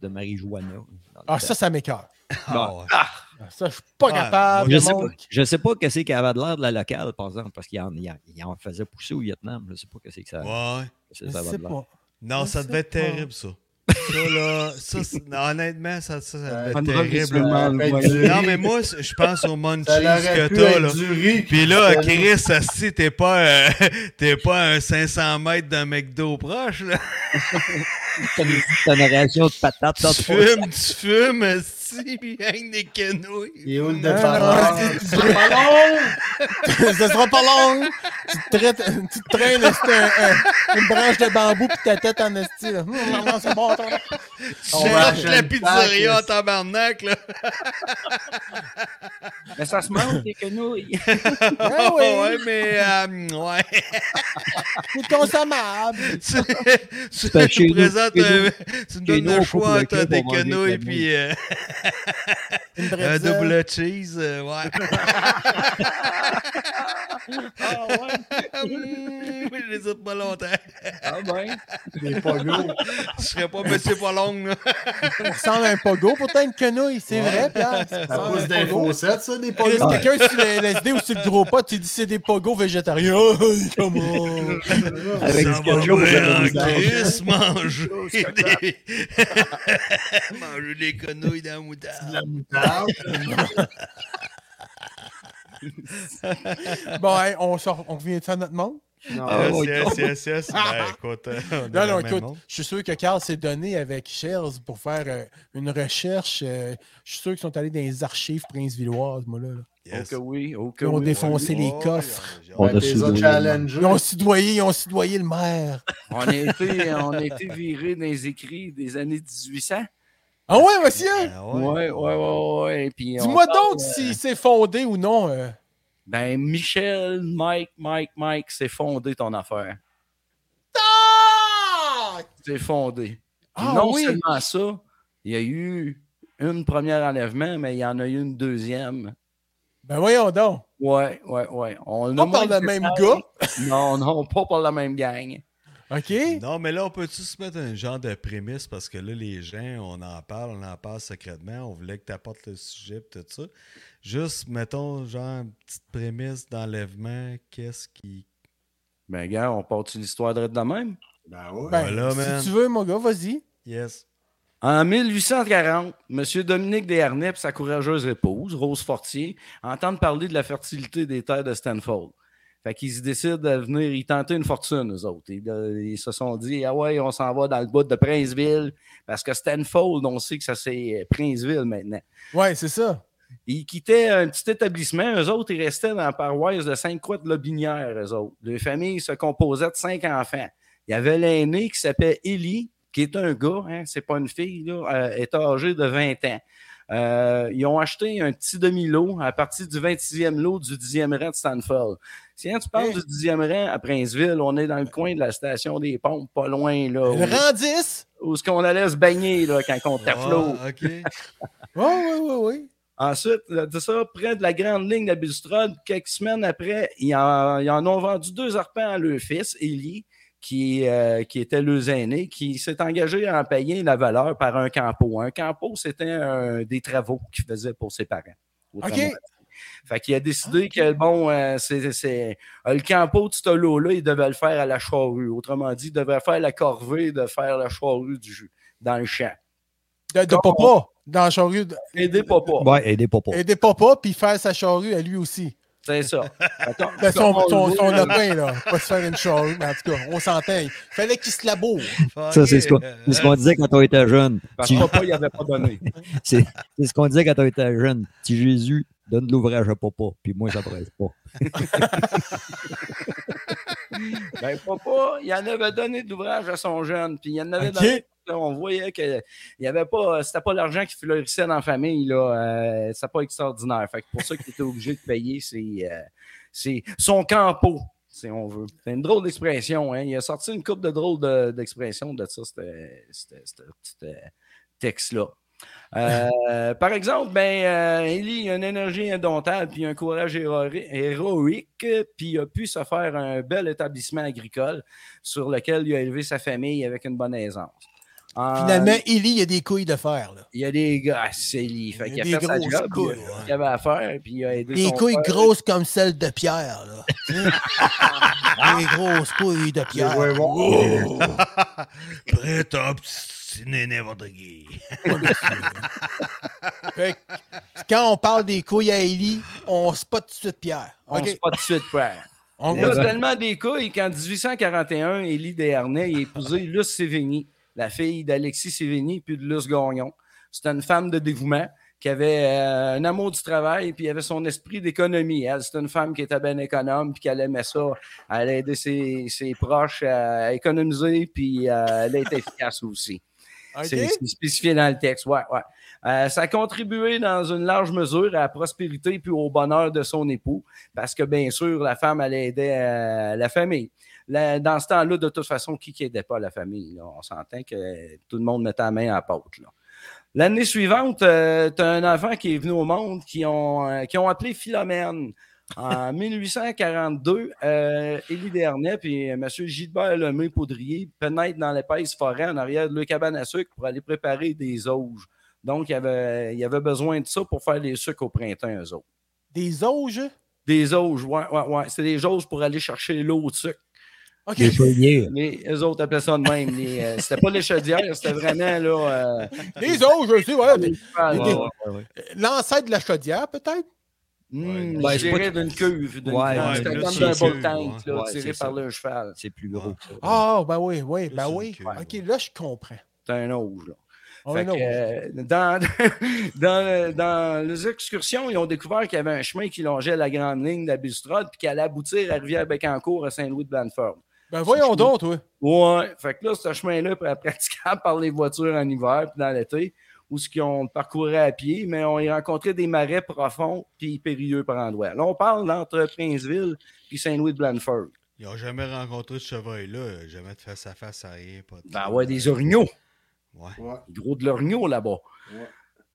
F: de marijuana. dans le
D: Ah,
F: temps.
D: ça, ça m'écœure.
E: Ah, ouais.
D: Ça, Ah, je suis pas
E: Ouais,
D: capable.
E: moi,
F: Ah, Je
D: le
F: sais pas,
D: monde-
F: je sais pas qu'est-ce qu'il avait de l'air de la locale, par exemple, parce qu'il en, il en- il en faisait pousser au Vietnam. Je sais pas qu'est-ce que ça,
E: Ouais.
F: qu'est-ce
D: Je
F: que ça avait
D: sais
F: de l'air.
D: pas.
E: Non,
D: Je
E: ça
D: sais
E: devait être
D: pas.
E: terrible, ça. Ça, là, ça, c'est- non, honnêtement, ça, ça, ça
C: Ouais.
E: devait
G: Une
E: être terrible.
G: drogue visuelle.
C: Ça aurait
G: Ouais.
C: pu être du
E: Non,
C: riz.
E: mais moi, c- je pense au munchies
C: ça aurait
E: que
C: pu
E: t'as,
C: être
E: là.
C: du riz.
E: Puis là,
C: Ça-
E: Chris, assis, t'es pas, euh, t'es pas à un 500 mètres d'un McDo proche, là.
F: T'as une- t'as une réaction de patate.
E: Tu
F: t'as trop-
E: fumes, tu fumes, assis, puis avec des quenouilles.
C: Il est où le de
D: Non, non,
C: parole?
D: Ce sera pas long! Ce sera pas long! Tu te, traites- tu te traînes esti, un- un- une branche de bambou pis ta tête en esti. là. Hum, non, non, c'est bon, attends, là.
E: Tu
C: On
E: lâches
C: mange
E: la
C: une
E: pizzeria en
C: tasse.
E: tabarnak, là.
G: Mais ça se mange, c'est que nous.
F: Eh
D: Ah oui.
E: Oh, ouais, mais, euh, ouais.
D: C'est consommable!
E: tu, tu,
F: Ben, chez
E: tu
F: nous,
E: présentes
F: chez
E: un- tu nous
F: chez
E: donnes
F: nous,
E: le
F: on coupe
E: choix
F: le
E: entre
F: cube,
E: des
F: on mange des
E: quenouilles
F: quenouilles.
E: puis euh,
D: Une
E: un
D: bretzel.
E: double cheese. euh, ouais.
G: Ah ouais,
E: Hum, je les ai pas longtemps.
G: ah ben.
C: Il est pas lourd.
E: Je serais pas monsieur pas long. là.
D: Ça ressemble à un pogo, pourtant une quenouille, c'est vrai, Pierre.
C: Ça
D: ressemble à
C: pousse
D: un
C: des
D: pogo.
C: faussettes, ça, des
D: Ah, Chris,
C: pogos.
D: Quelqu'un sur le LSD ou sur le gros pot, tu dis c'est des pogos végétariens. Oh, comment?
F: Avec
E: Ça
F: du
E: va
F: ketchup,
E: bien,
F: j'avais
C: des
E: Chris, manger des... manger des quenouilles dans la moutarde.
C: de la moutarde.
D: Bon, hey, on, sort, on revient à notre monde?
C: Non,
F: Ah,
E: Yes,
F: ouais,
E: yes, yes, yes. Ben, écoute, euh, on est dans
D: Non, non,
E: le même
D: écoute,
E: monde.
D: je suis sûr que Carl s'est donné avec Shells pour faire euh, une recherche. euh, je suis sûr qu'ils sont allés dans les archives Prince-Villoise, moi, là. là.
E: Yes.
G: Oh que oui, oh que
D: Ils ont
G: oui.
D: défoncé les
E: Oh,
D: coffres.
E: j'ai-
F: On a
C: Ben, t'es
F: soulevé
C: autres
F: le-
C: challengers.
D: Ils ont soudoyé, ils ont soudoyé le maire.
G: On a été, on a été viré dans les écrits des années 1800.
D: Ah ouais, monsieur!
E: Ah
G: Ouais, ouais, ouais, ouais. ouais. Puis on
D: Dis-moi
G: parle,
D: donc
G: euh,
D: si c'est fondé ou non. euh.
G: Ben, Michel, Mike, Mike, Mike, c'est fondé ton affaire. C'est fondé. Puis
D: Ah
G: non
D: oui!
G: seulement ça, il y a eu une première enlèvement, mais il y en a eu une deuxième.
D: Ben voyons donc.
G: Ouais, ouais, ouais. On
D: Pas
G: a
D: par
G: moins
D: le
G: de
D: même
G: détails.
D: gars.
G: Non, non, pas par la même gang.
D: OK?
E: Non, mais là, on peut-tu se mettre un genre de prémisse parce que là, les gens, on en parle, on en parle secrètement, on voulait que tu apportes le sujet et tout ça. Juste, mettons, genre, une petite prémisse d'enlèvement, qu'est-ce qui.
G: Ben, gars, on part une histoire de la même.
C: Ben ouais.
D: Ben,
E: Voilà,
D: si
E: man.
D: tu veux, mon gars, vas-y.
E: Yes.
G: En 1840, M. Dominique Desharnais et sa courageuse épouse, Rose Fortier, entendent parler de la fertilité des terres de Stanford. Fait qu'ils se décident à venir y tenter une fortune, eux autres. Ils, euh, ils se sont dit, ah ouais, on s'en va dans le bout de Princeville, parce que Stanford, on sait que ça c'est euh, Princeville maintenant.
D: Ouais, c'est ça.
G: Ils quittaient un petit établissement, eux autres, ils restaient dans la paroisse de Sainte-Croix de Lobinière, eux autres. Deux familles se composaient de cinq enfants. Il y avait l'aîné qui s'appelait Ellie, qui est un gars, hein, c'est pas une fille, là, euh, est âgé de 20 ans. Euh, ils ont acheté un petit demi-lot à partir du 26e lot du 10e rang de Stanford. Si hein, tu parles
D: Hey.
G: du 10e rang à Princeville, on est dans le coin de la station des pompes, pas loin, là,
D: Le
G: où,
D: rang 10.
G: où ce qu'on allait se baigner là, quand on t'afflot.
E: Ah, OK.
D: Oui, oui, oui, oui.
G: Ensuite, là, de ça, près de la grande ligne de Bulstrode, quelques semaines après, ils en, ils en ont vendu deux arpents à leur fils, Élie, qui, euh, qui était leurs aînés, qui s'est engagé à en payer la valeur par un campo. Un campo, c'était un- des travaux qu'il faisait pour ses parents. Autrement
D: OK. Ah,
G: dit. Fait qu'il a décidé que, bon, euh, c'est, c'est- euh, le campo de ce lot-là, il devait le faire à la charrue. Autrement dit, il devait faire la corvée de faire la charrue du jus dans le champ.
D: De, de papa. Dans la charrue. de-
G: Aidez papa.
F: Ouais, aidez pas pour.
D: Aider papa, puis faire sa charrue à lui aussi.
G: C'est ça. Attends,
D: Ben, son,
G: on le
D: son,
G: voit,
D: son
G: là.
D: lapin, là. Pas se faire une charrue, mais en tout cas, on s'entend. Il fallait qu'il se laboure.
F: Ça, c'est ce qu'on
E: Ok.
F: c'est ce qu'on disait quand on était jeune.
G: Parce
F: Tu-
G: que papa, il n'avait pas donné.
F: C'est c'est ce qu'on disait quand on était jeune. Petit Jésus, donne de l'ouvrage à papa, puis moi, ça presse pas.
G: Ben, papa, il en avait donné de l'ouvrage à son jeune, puis il en avait
D: OK.
G: donné. là, on voyait que il y avait pas, euh, c'était pas l'argent qui fleurissait dans la famille, là. euh, c'était pas extraordinaire. Fait que pour ça qu'il était obligé de payer ses, euh, ses- son campo, si on veut. C'est une drôle d'expression, hein. Il a sorti une coupe de drôle de- d'expression de, ça, c'était- c'était c'était petit euh, texte-là. Euh, par exemple, ben, euh, Ellie a une énergie indomptable puis un courage héroï- héroïque, puis il a pu se faire un bel établissement agricole sur lequel il a élevé sa famille avec une bonne aisance. Euh, En-
D: Finalement, Ellie, il y a des couilles de fer. Là.
G: il y a des gars, ah, c'est lui. Fait
D: Il y
G: qu'il
D: a
G: a
D: des
G: fait sa
D: grosses
G: job,
D: couilles,
G: il a fait
D: ouais.
G: ce qu'il avait à faire, puis il a aidé
D: Des
G: son
D: couilles
G: frère.
D: grosses comme celles de Pierre. Là. des grosses couilles de Pierre.
C: Ouais, ouais.
E: Euh, Prêt à obstiner n'importe qui.
D: Fait que quand on parle des couilles à Ellie, on spot tout de suite Pierre.
G: On
D: OK?
G: se pas de suite, frère.
D: On
G: Il y a
D: va-
G: tellement des couilles qu'en 1841, Élie Desharnais a épousé Luce Sévigny, la fille d'Alexis Sévigny puis de Luce Gagnon. C'était une femme de dévouement qui avait euh, un amour du travail puis avait son esprit d'économie. Elle, c'était une femme qui était bien économe puis qu'elle aimait ça. Elle aidait ses, ses proches à économiser puis euh, elle était efficace aussi.
D: OK?
G: C'est c'est spécifié dans le texte, ouais, ouais. Euh, ça a contribué dans une large mesure à la prospérité puis au bonheur de son époux, parce que bien sûr, la femme allait aider euh, la famille. La- dans ce temps-là, de toute façon, qui n'aidait pas la famille? là? On s'entend que euh, tout le monde mettait la main à la pâte. là. L'année suivante, tu as un enfant qui est venu au monde qui ont, euh, qui ont appelé Philomène. En 1842, euh, Élie Dernay puis euh, M. Gilbert Lemay-Poudrier pénètrent dans l'épaisse forêt en arrière de la cabane à sucre pour aller préparer des auges. Donc, il y avait, il y avait besoin de ça pour faire les sucres au printemps, eux autres.
D: Des auges?
G: Des auges, ouais, ouais, ouais. C'est des auges pour aller chercher l'eau de sucre.
D: OK.
F: Les chaudières.
G: Les, eux autres appelaient ça de même. Les, euh, c'était pas les chaudières, c'était vraiment, là... euh,
D: Des auges, je sais, ouais. mais
G: ah,
F: Ouais, ouais, ouais.
D: L'ancêtre de la chaudière, peut-être?
G: Hmm,
F: Ben,
G: je
F: c'est pas
G: dirais
F: tout-
G: d'une cuve, d'une
F: Ouais,
G: grande-
F: ouais,
G: c'était
F: là,
G: comme
F: c'est
G: d'un
F: sûr,
G: beau tank,
F: ouais.
G: là,
F: Ouais,
G: tiré
F: c'est
G: par
F: ça.
G: le cheval.
F: C'est plus gros que ça.
D: Ah, ben oui, oui, ben
E: Plus
D: oui.
E: une queue,
D: OK, là, je comprends.
G: C'est un auge, là.
D: On
G: Fait
D: est
G: que,
D: auge.
G: euh, dans, dans, le- dans les excursions, ils ont découvert qu'il y avait un chemin qui longeait la grande ligne de la Bustrade puis qui allait aboutir à Rivière-Bécancourt à Saint-Louis-de-Blanford.
D: Ben voyons donc, toi.
G: Ouais, fait que là, ce chemin-là est praticable par les voitures en hiver puis dans l'été, où ce qu'ils ont parcouru à pied, mais on y rencontrait des marais profonds puis périlleux par endroits. Là, on parle d'entre Princeville puis Saint-Louis-de-Blanford.
E: Ils n'ont jamais rencontré de chevreuil-là. Jamais de face à face à rien. Pas de...
G: Ben ouais, des orignaux.
E: Ouais.
C: Ouais.
G: gros de l'orgneau là-bas.
C: Ouais.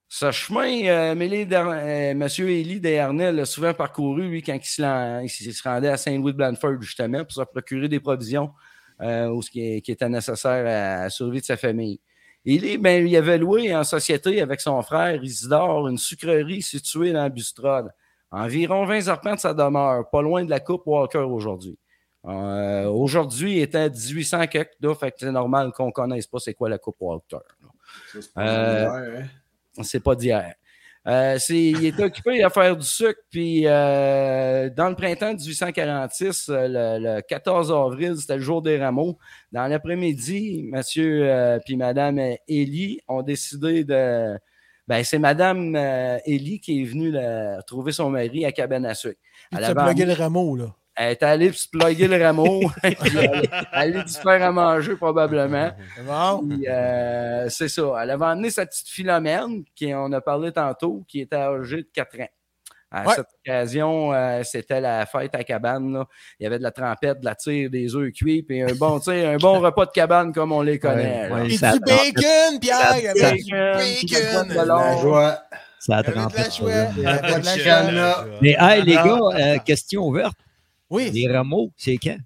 G: Ce chemin, euh, Mélé Dar- euh, Monsieur Élie Desharnais l'a souvent parcouru, lui, quand il se, lan- il se rendait à Saint-Louis-de-Blanford, justement, pour se procurer des provisions euh, ou ce qui, qui était nécessaire à, la survie de sa famille. Élie, ben, il avait loué en société avec son frère Isidore une sucrerie située dans Bustrade. Environ 20 arpents de sa demeure, pas loin de la coupe Walker aujourd'hui. Euh, aujourd'hui, il était à 1800 quelque, là, fait que c'est normal qu'on connaisse pas c'est quoi la coupe Walker. là.
C: Ça, c'est pas
G: Euh,
C: ouvert, hein?
G: C'est pas d'hier. Euh, c'est- il est occupé à faire du sucre, puis euh, dans le printemps 1846, euh, le, le 14 avril, c'était le jour des rameaux. Dans l'après-midi, monsieur euh, puis madame euh, Élie ont décidé de... Ben, c'est madame euh, Élie qui est venue la- trouver son mari à Cabane à sucre.
D: Puis
G: Elle
D: tu
G: avait
D: as blogué le rameau, là.
G: elle est allée se plugger le rameau, puis elle, elle est faire à manger probablement.
F: Ah.
D: Bon.
G: Puis, euh, c'est ça. Elle avait emmené sa petite Philomène, qui on a parlé tantôt, qui était âgée de 4 ans. À
D: Ouais.
G: cette occasion, euh, c'était la fête à cabane. là. Il y avait de la trempette, de la tire, des œufs cuits, puis un bon, tu sais, un bon repas de cabane comme on les connaît.
F: Ouais,
G: là.
F: ouais,
D: Et
F: ça
D: du bacon, Pierre! Il y avait-
G: Bacon,
D: bacon,
G: de la boîte
D: la
G: de
C: La
G: l'or.
C: joie.
F: Ça a
D: il y avait de la
F: trempé.
D: chouette. Il y
C: Ah,
D: avait de la
C: Chicane,
D: chouette.
C: là.
F: Mais hey, les
E: Ah,
F: gars, euh, question ouverte.
D: Oui,
F: Les rameaux, c'est quand?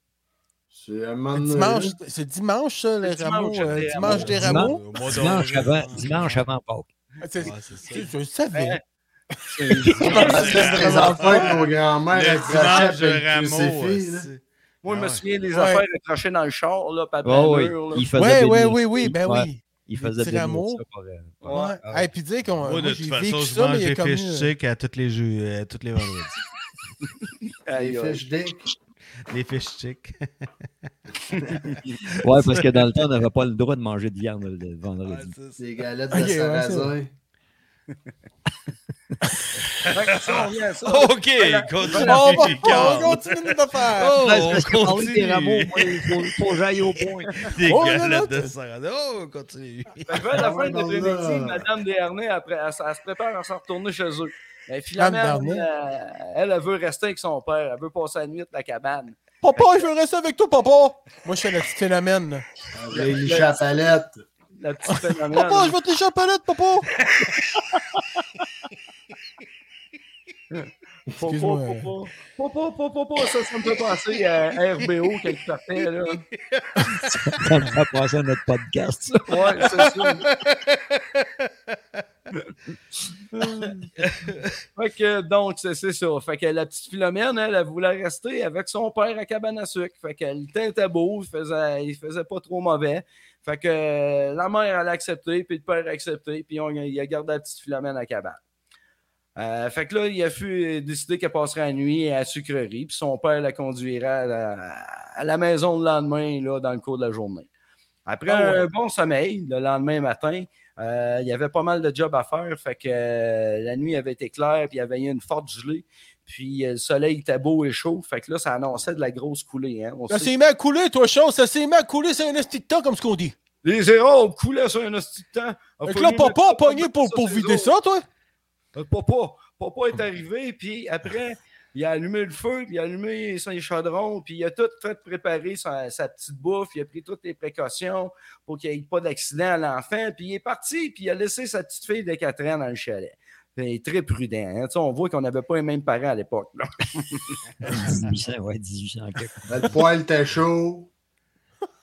C: C'est un moment
D: c'est
C: donné.
D: dimanche, c'est dimanche, ça, le
G: C'est dimanche,
D: rameau. euh,
G: des
D: Dimanche
G: rameaux.
D: des rameaux.
F: Dimanche avant, dimanche avant Pâques.
D: C'est- c'est- Je le savais.
C: C'est des enfants qu'on grand-mère
E: Le
C: elle s'achète avec
E: dimanche de
C: le
E: Rameau.
C: crucifix, là.
E: aussi.
G: Moi, je me
E: Ouais.
G: souviens des
D: Ouais.
G: affaires accrochées dans le char, là, pas
F: Oh, oui. Il faisait
D: Oui, oui,
F: bénir-
D: oui, oui, ben
F: Ouais,
D: oui.
F: Il
D: Des
F: faisait
D: petits
F: des
D: rameaux.
G: Ouais.
D: Ouais. Hey, puis dire qu'on.
E: Moi,
D: moi,
E: de
D: j'ai
E: toute façon,
D: vécu
E: je
D: ça, mais
E: mange
D: il y a
E: des
D: comme
E: fish
D: eu-
E: chick à tous les jeux, euh, tous les vendredis.
C: Les fiches dick.
E: les fish chick.
F: Ouais, parce que dans le temps, on n'avait pas le droit de manger de viande le vendredi.
C: Les galettes
D: Ok,
C: de
D: ouais,
C: sarrasin.
E: OK, continue.
D: On va on
E: Carl.
D: continue notre affaire.
E: Oh,
F: Ouais, c'est parce qu'on
E: on
F: parlait des
E: continue.
F: rameaux, moi, il faut, faut que j'aille au point.
E: Des
D: Oh, là, là,
E: galettes de
D: t'as-
E: sarrasin. Oh, continue.
G: Fait que vers la
C: Ah ouais,
G: fin de
C: dans
G: l'après-midi,
C: là.
G: Madame Desharnais, après, elle, s- elle se prépare à s'en retourner chez eux. Mais finalement,
D: Madame
G: elle, elle, elle veut rester avec son père. Elle veut passer la nuit à la cabane.
D: Papa, je veux rester avec toi, papa. Moi, je suis le petit phénomène. là.
C: Avec les chapalettes.
G: La petite phénomène.
D: Papa, je veux tes champagnettes, papa.
G: Popo,
D: Excuse-moi.
G: popo, popo, popo, popo, ça, ça me fait penser à RBO quand il sortait, là.
F: Ça me fait penser à notre podcast. ça.
G: Ouais, c'est ça. fait que, donc, c'est c'est ça. Fait que la petite Philomène, elle, elle voulait rester avec son père à cabane à sucre. Fait que le teint était beau, il faisait, il faisait pas trop mauvais. Fait que euh, la mère, elle a accepté, puis le père a accepté, puis on, il a gardé la petite Philomène à cabane. Euh, fait que là, il a fu- euh, décidé qu'elle passerait la nuit à la sucrerie, puis son père la conduirait à la, à la maison le lendemain, là, dans le cours de la journée. Après un bon sommeil, le lendemain matin, euh, il y avait pas mal de jobs à faire. Fait que euh, la nuit avait été claire, puis il y avait eu une forte gelée. Puis euh, le soleil était beau et chaud. Fait que là, ça annonçait de la grosse coulée. Hein. On
D: Ça
G: sait-
D: s'est mis à couler, toi, chose. Ça s'est mis à couler, c'est un esti de temps, comme ce qu'on dit.
G: Les hérauts coulaient sur un hostie de temps.
E: Ah,
D: Fait que là, papa a pogné pour, pour vider ça, toi.
G: Euh, Papa, papa est arrivé, puis après, il a allumé le feu, puis il a allumé son échadron, puis il a tout fait préparer sa, sa petite bouffe, il a pris toutes les précautions pour qu'il n'y ait pas d'accident à l'enfant, puis il est parti, puis il a laissé sa petite fille de 4 ans dans le chalet. Il est très prudent. hein. Tu sais, On voit qu'on n'avait pas les mêmes parents à l'époque. là.
F: 1800, ouais, 1800. ok.
C: Le poil était chaud.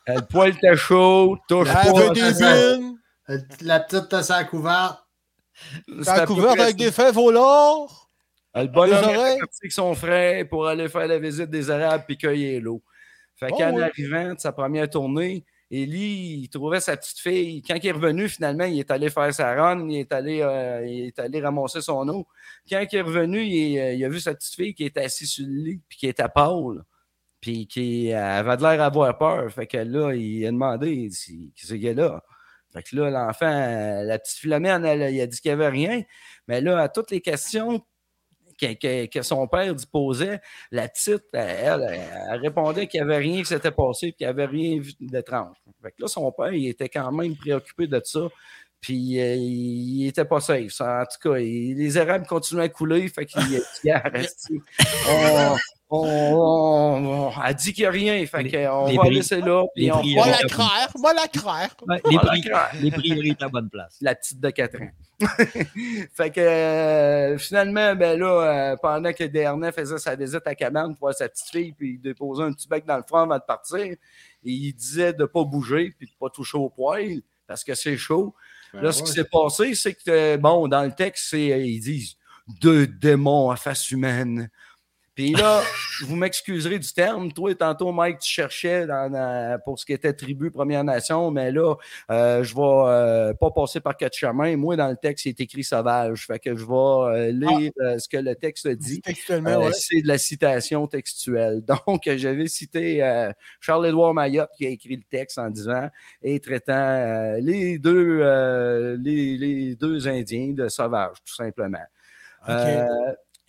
G: Euh, Le poil était chaud, touche
C: Ah,
D: Elle
C: ouais,
D: veut
G: pas.
D: des
C: ça-
D: bines.
C: La petite était sa couverte.
G: C'était à
D: Elle
G: peu
D: couverte
G: près
D: avec
G: ça.
D: des fèves au lard.
G: Le bonhomme
D: Des
G: est
D: oreilles.
G: parti avec son frère pour aller faire la visite des Arabes puis cueillir l'eau. Fait
D: Oh,
G: qu'en
D: ouais.
G: arrivant de sa première tournée, Élie, il trouvait sa petite fille. Quand il est revenu, finalement, il est allé faire sa run, il est allé, euh, il est allé ramasser son eau. Quand il est revenu, il, euh, il a vu sa petite fille qui était assise sur le lit puis qui était pâle. Puis qui euh, avait de l'air d'avoir peur. Fait que là, il a demandé, il dit, qui ce gars-là? Fait que là, l'enfant, euh, la petite Philomène, elle, il a dit qu'il n'y avait rien. Mais là, à toutes les questions que, que- que son père lui posait, la petite, elle, elle, elle répondait qu'il n'y avait rien qui s'était passé et qu'il n'y avait rien vu d'étrange. Fait que là, son père, il était quand même préoccupé de ça. Puis euh, il n'était pas safe. Ça, En tout cas, il- les Arabes continuaient à couler. Fait qu'il a dit Ah, restez. on, on, on- on- elle dit qu'il n'y a rien. Fait
F: Les-
G: qu'on
F: les
G: va
F: bris-
G: laisser là. Puis
F: les
G: on
F: bris-
G: on
D: Moi, la
F: avait-
D: crère. Moi, la crère.
F: Ouais, les,
G: va la
F: pri-
G: craindre.
F: les prieries étaient à bonne place.
G: la petite de 4 ans. fait que euh, finalement, ben là, euh, pendant que Dernay faisait sa visite à Cabane pour voir sa petite fille, puis il déposait un petit bec dans le front avant de partir, il disait de ne pas bouger puis de ne pas toucher au poil parce que c'est chaud.
C: Ben
G: Là, ce qui
C: ouais.
G: s'est passé, c'est que, euh, bon, dans le texte, c'est, euh, ils disent deux démons à face humaine. Puis là, vous m'excuserez du terme, toi, tantôt, Mike, tu cherchais dans, dans- pour ce qui était tribu Première Nation, mais là, euh, je vais euh, pas passer par quatre chemins. Moi, dans le texte, il est écrit sauvage. Fait que je vais euh,
C: Ah.
G: lire euh, ce que le texte dit.
D: Textuellement,
G: Euh,
D: ouais.
G: C'est de la citation textuelle. Donc, euh, j'avais cité euh, Charles-Édouard Mayotte qui a écrit le texte en disant et traitant euh, les, deux, euh, les, les deux Indiens de sauvages, tout simplement. Euh,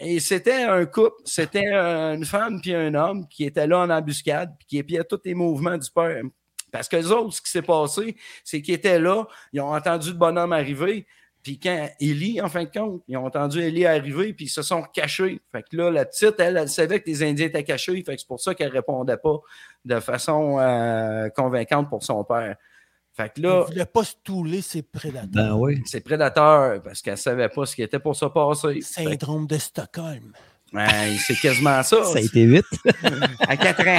G: et c'était un couple, c'était euh, une femme puis un homme qui étaient là en embuscade puis qui épiaient tous les mouvements du père. Parce que les autres, ce qui s'est passé, c'est qu'ils étaient là, ils ont entendu le bonhomme arriver, puis quand Ellie, en fin de compte, ils ont entendu Ellie arriver, puis ils se sont cachés. Fait que là, la petite, elle, elle savait que les Indiens étaient cachés, fait que c'est pour ça qu'elle répondait pas de façon euh, convaincante pour son père. Fait que là,
D: Il voulait pas se touler ses prédateurs.
F: Ben oui.
G: c'est prédateur, parce qu'elle savait pas ce qui était pour se passer. Fait que,
D: Syndrome de Stockholm.
G: ouais, c'est quasiment
D: Oh,
G: ça.
F: Ça a été vite.
G: à 4 ans.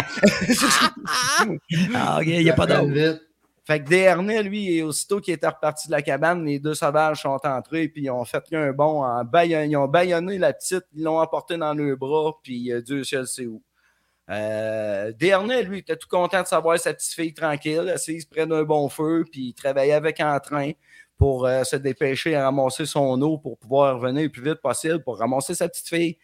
F: Ah, ok, il n'y a pas
C: Appelle
D: Mm-hmm.
F: d'ordre.
C: vite.
G: fait que Desharnais, lui, et aussitôt qu'il était reparti de la cabane, les deux sauvages sont entrés, puis ils ont fait un bond en baillon- Ils ont baillonné la petite, ils l'ont emporté dans leurs bras, puis euh, Dieu seul sait où. Euh, Desharnais, lui, était tout content de savoir sa petite fille tranquille, assise près d'un bon feu, puis il travaillait avec entrain pour euh, se dépêcher à ramasser son eau pour pouvoir revenir le plus vite possible pour ramasser sa petite fille.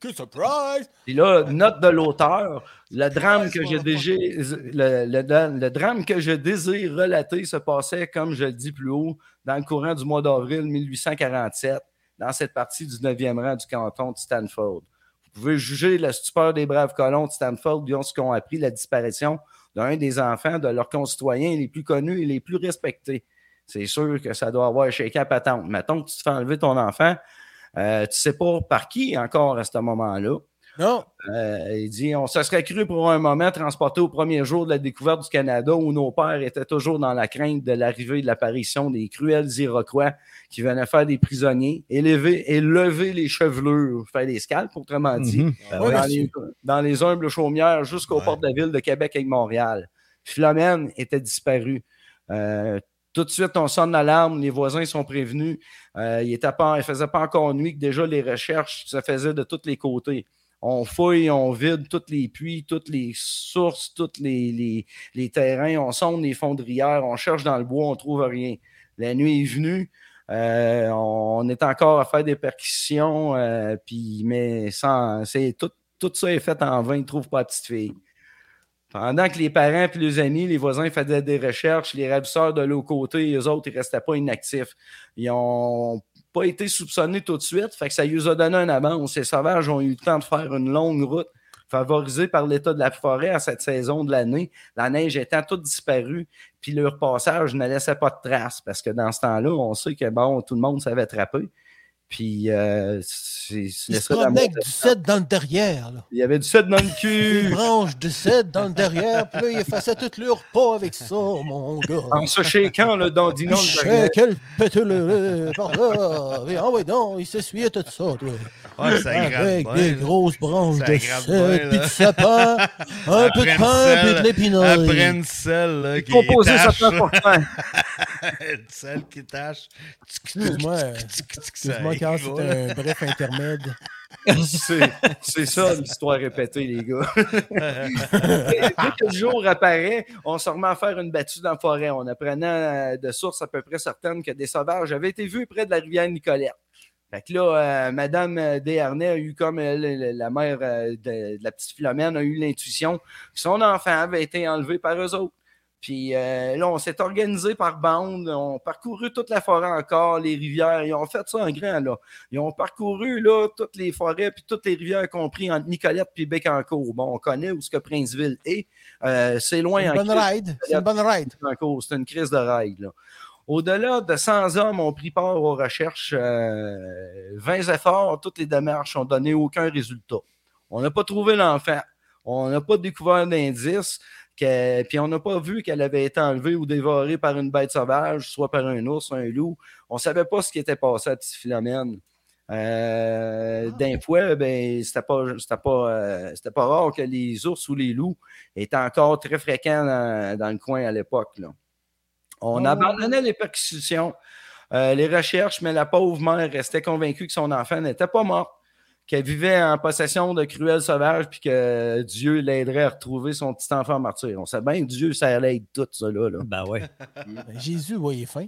D: Que surprise!
G: Puis là, note de l'auteur, le drame que
D: Ouais,
G: je
D: c'est
G: désire, le, le- le drame que je désire relater se passait, comme je le dis plus haut, dans le courant du mois d'avril 1847, dans cette partie du 9e rang du canton de Stanford. Vous pouvez juger la stupeur des braves colons de Stanford qui ont ce qu'ont appris la disparition d'un des enfants de leurs concitoyens les plus connus et les plus respectés. C'est sûr que ça doit avoir échec à patente. Mettons que tu te fais enlever ton enfant, euh, tu sais pas par qui encore à ce moment-là.
D: Non,
G: Euh, il dit On se serait cru pour un moment transporté au premier jour de la découverte du Canada où nos pères étaient toujours dans la crainte de l'arrivée et de l'apparition des cruels Iroquois qui venaient faire des prisonniers, élever et lever les chevelures, faire des scalpes, autrement dit,
F: Mhm.
G: euh,
D: Ouais,
G: dans,
D: mais
G: les, dans les humbles chaumières jusqu'aux
E: Ouais.
G: portes de la ville de Québec et de Montréal. Philomène était disparue. Euh, tout de suite, on sonne l'alarme, les voisins sont prévenus. Euh, il était pas, il faisait pas encore nuit que déjà les recherches se faisaient de tous les côtés. On fouille, on vide tous les puits, toutes les sources, tous les, les- les terrains, on sonde les fondrières, on cherche dans le bois, on trouve rien. La nuit est venue, euh, on est encore à faire des percussions, euh, puis mais sans, c'est tout, tout ça est fait en vain, ils ne trouvent pas la petite fille. Pendant que les parents puis les amis, les voisins faisaient des recherches, les ravisseurs de l'autre côté, les autres, ils restaient pas inactifs. Ils ont pas été soupçonnés tout de suite, fait que ça lui a donné un avance. Ces sauvages ont eu le temps de faire une longue route, favorisée par l'état de la forêt à cette saison de l'année, la neige étant toute disparue, puis leur passage ne laissait pas de traces, parce que dans ce temps-là, on sait que bon, tout le monde savait attraper. Puis, euh, c'est, c'est-
D: il se promenait avec du cèdre dans le derrière. Là.
G: il y avait du sel dans le
D: Une
G: cul.
D: branche de cèdre dans le derrière, puis là, il effaçait tout le repas avec ça, mon gars.
G: En se shaking, le dandinon.
D: Je sais quel péteux par là. Mais, Ah ouais, non, il s'essuyait tout ça, toi.
E: Ah, ça
D: Avec
E: gratte
D: des
E: bien, là.
D: grosses branches
E: Ça
D: de
E: gratte
D: cèdre,
E: bien,
D: puis
E: là.
D: de sapin, un peu
E: Après
D: de
E: une
D: pain, puis de
E: selle,
D: l'épinaille.
E: Après une selle là, qui
G: Composé, ça
E: tâche.
G: prend pour faire.
E: une selle qui tâche.
D: Excuse-moi, excuse-moi, Carl,
E: Ça y
D: c'était
E: va,
D: un bref intermède.
G: C'est c'est ça l'histoire répétée, les gars. Et Dès que le jour apparaît, on se remet à faire une battue dans la forêt. On apprenait euh, de sources à peu près certaines que des sauvages avaient été vus près de la rivière Nicolette. Fait que là, euh, Madame euh, Desharnais a eu comme euh, le- le- la mère euh, de, de la petite Philomène a eu l'intuition que son enfant avait été enlevé par eux autres. Puis euh, là, on s'est organisé par bande, on parcouru toute la forêt encore, les rivières, ils ont fait ça en grand, là. Ils ont parcouru là, toutes les forêts puis toutes les rivières, y compris entre Nicolette puis Bécancourt. Bon, on connaît où ce que Princeville est. Euh, c'est loin
D: C'est
G: en
D: une bonne
G: Christ-
D: ride, c'est une bonne ride.
G: en cause. C'est une crise de règles. là. Au-delà de 100 hommes ont pris part aux recherches, euh, 20 efforts, toutes les démarches ont donné aucun résultat. On n'a pas trouvé l'enfant. On n'a pas découvert d'indice. que- Puis on n'a pas vu qu'elle avait été enlevée ou dévorée par une bête sauvage, soit par un ours, un loup. On ne savait pas ce qui était passé à Petit Philomène. Euh, D'un fois, ben, c'était pas, c'était pas, euh, c'était pas rare que les ours ou les loups était encore très fréquent dans, dans le coin à l'époque. là. On
D: Oh.
G: abandonnait les percussions, euh, les recherches, mais la pauvre mère restait convaincue que son enfant n'était pas mort, qu'elle vivait en possession de cruels sauvages, puis que Dieu l'aiderait à retrouver son petit enfant martyr. On sait bien que Dieu, ça l'aide tout, ça, là. là.
F: Ben ouais.
D: Ben, Jésus, voyez fin.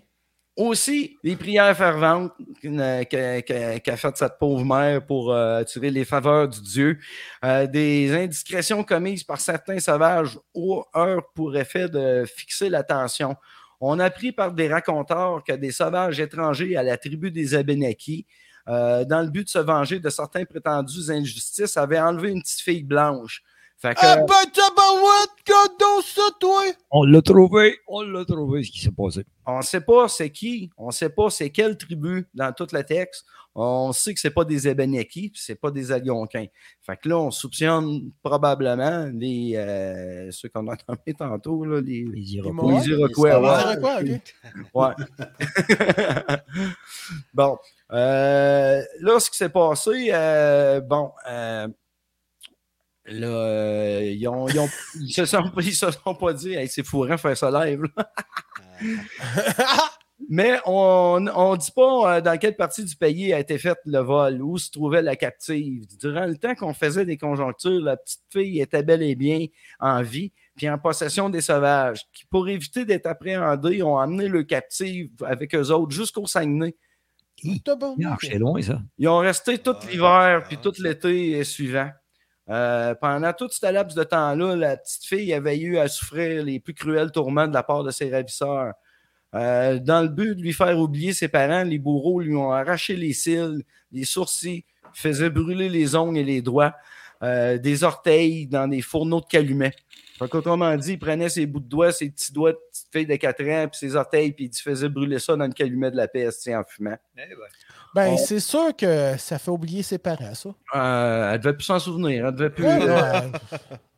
G: Aussi, les prières ferventes euh, que- que- qu'a faites cette pauvre mère pour euh, attirer les faveurs du Dieu, euh, des indiscrétions commises par certains sauvages ou heures pour effet de fixer l'attention. On a appris par des raconteurs que des sauvages étrangers à la tribu des Abénakis, euh, dans le but de se venger de certains prétendus injustices, avaient enlevé une petite fille blanche. Fait que,
B: Ah ben tabarouette, quand on ça, toi!
F: On l'a trouvé, on l'a trouvé ce qui s'est passé.
G: On ne sait pas c'est qui, on ne sait pas c'est quelle tribu dans tout le texte. On sait que c'est pas des Ébénakis, puis c'est pas des Algonquins. Fait que là, on soupçonne probablement les euh, ceux qu'on a nommés tantôt, là, les,
F: Les
D: Les
F: Iroquois.
D: Mohawks,
G: les Iroquois,
D: les
G: ouais.
D: Iroquois, ok.
G: Ouais. bon. euh, là, ce qui s'est passé, euh, bon. euh, là, euh, ils, ont- ils ont- ils se sont, ils se sont pas dit, Hey, c'est fourrant faire ça live. là. Mais on ne dit pas euh, dans quelle partie du pays a été fait le vol, où se trouvait la captive. Durant le temps qu'on faisait des conjonctures, la petite fille était bel et bien en vie puis en possession des sauvages, qui, pour éviter d'être appréhendés, ont amené le captif avec eux autres jusqu'au Saguenay.
F: Ah, C'est loin, ça.
G: Ils ont resté tout
E: Ouais,
G: l'hiver, puis
E: Ah, ouais.
G: tout l'été suivant. Euh, pendant tout ce laps de temps-là, la petite fille avait eu à souffrir les plus cruels tourments de la part de ses ravisseurs. Euh, dans le but de lui faire oublier ses parents, les bourreaux lui ont arraché les cils, les sourcils, faisaient brûler les ongles et les doigts. euh, des orteils dans des fourneaux de calumet. Donc, autrement dit, il prenait ses bouts de doigts, ses petits doigts de petite fille de 4 ans, puis ses orteils, puis il faisait brûler ça dans le calumet de la peste en fumant.
D: Ben,
G: On-
D: c'est sûr que ça fait oublier ses parents, ça.
G: Euh, elle devait plus s'en souvenir. Elle devait plus.
D: Ouais,
G: euh,
D: ouais.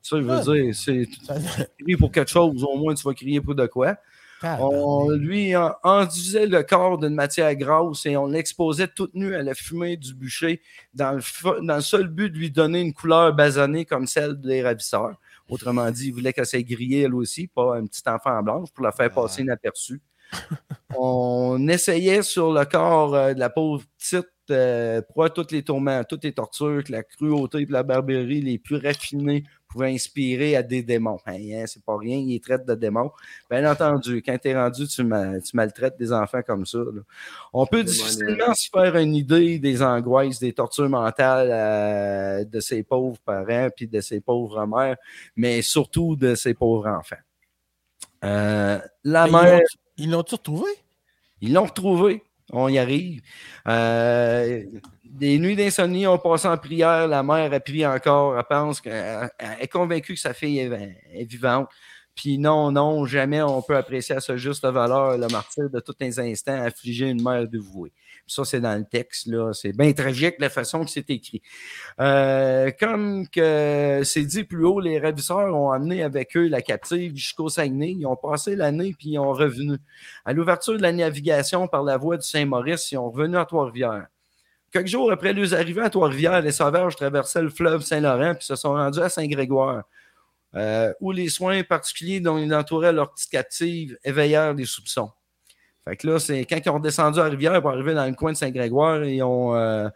G: ça, je veux
D: Ah.
G: dire, c'est
D: Ça-
G: crier pour quelque chose, au moins tu vas crier pour de quoi. On
D: Tabarnak.
G: lui en- enduisait le corps d'une matière grasse et on l'exposait toute nue à la fumée du bûcher dans le, fa- dans le seul but de lui donner une couleur basanée comme celle des ravisseurs. Autrement dit, il voulait qu'elle s'est grillée elle aussi, pas un petit enfant en blanche, pour la faire
E: Ah.
G: passer inaperçue. on essayait sur le corps euh, de la pauvre petite euh, proie toutes les tourments, toutes les tortures que la cruauté et la barbarie les plus raffinées pouvaient inspirer à des démons. Hein, hein, c'est pas rien, ils traitent de démons. Bien entendu, quand t'es rendu, tu, ma- tu maltraites des enfants comme ça. là. On peut difficilement se faire une idée des angoisses, des tortures mentales euh, de ces pauvres parents puis de ces pauvres mères, mais surtout de ces pauvres enfants. Euh, la
D: Mais ils
G: mère,
D: l'ont- Ils l'ont-tu retrouvé?
G: ils l'ont retrouvée. On y arrive. Euh, des nuits d'insomnie ont passé en prière. La mère a prié encore. Elle pense que- elle- elle est convaincue que sa fille est, est vivante. Puis non, non, jamais on peut apprécier à sa juste valeur le martyr de tous les instants affligé une mère dévouée. Puis Ça, c'est dans le texte, là. C'est bien tragique la façon que c'est écrit. Euh, comme que c'est dit plus haut, les ravisseurs ont amené avec eux la captive jusqu'au Saguenay. Ils ont passé l'année puis ils ont revenu. À l'ouverture de la navigation par la voie du Saint-Maurice, ils ont revenu à Trois-Rivières. Quelques jours après leur arrivée à Trois-Rivières, les sauvages traversaient le fleuve Saint-Laurent puis se sont rendus à Saint-Grégoire, euh, où les soins particuliers dont ils entouraient leur petite captive éveillèrent des soupçons. Fait que là, c'est quand ils ont descendu à Rivière pour arriver dans le coin de Saint-Grégoire, ils ont. euh,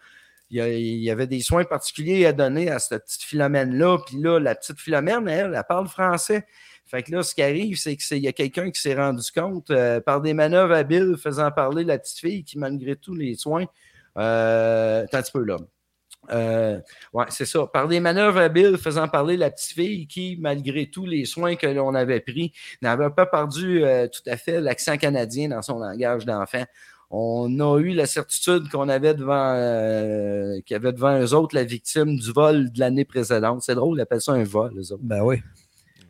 G: il y a- il y avait des soins particuliers à donner à cette petite Philomène-là. Puis là, la petite Philomène, elle, elle parle français. Fait que là, ce qui arrive, c'est qu'il y a quelqu'un qui s'est rendu compte euh, par des manœuvres habiles faisant parler la petite fille qui, malgré tous les soins, euh, attends un petit peu là. Euh, ouais, c'est ça. Par des manœuvres habiles faisant parler la petite fille qui, malgré tous les soins que l'on avait pris, n'avait pas perdu euh, tout à fait l'accent canadien dans son langage d'enfant. On a eu la certitude qu'on avait devant euh, qu'il y avait devant eux autres la victime du vol de l'année précédente. C'est drôle, ils appellent ça un vol, eux autres.
F: Ben oui.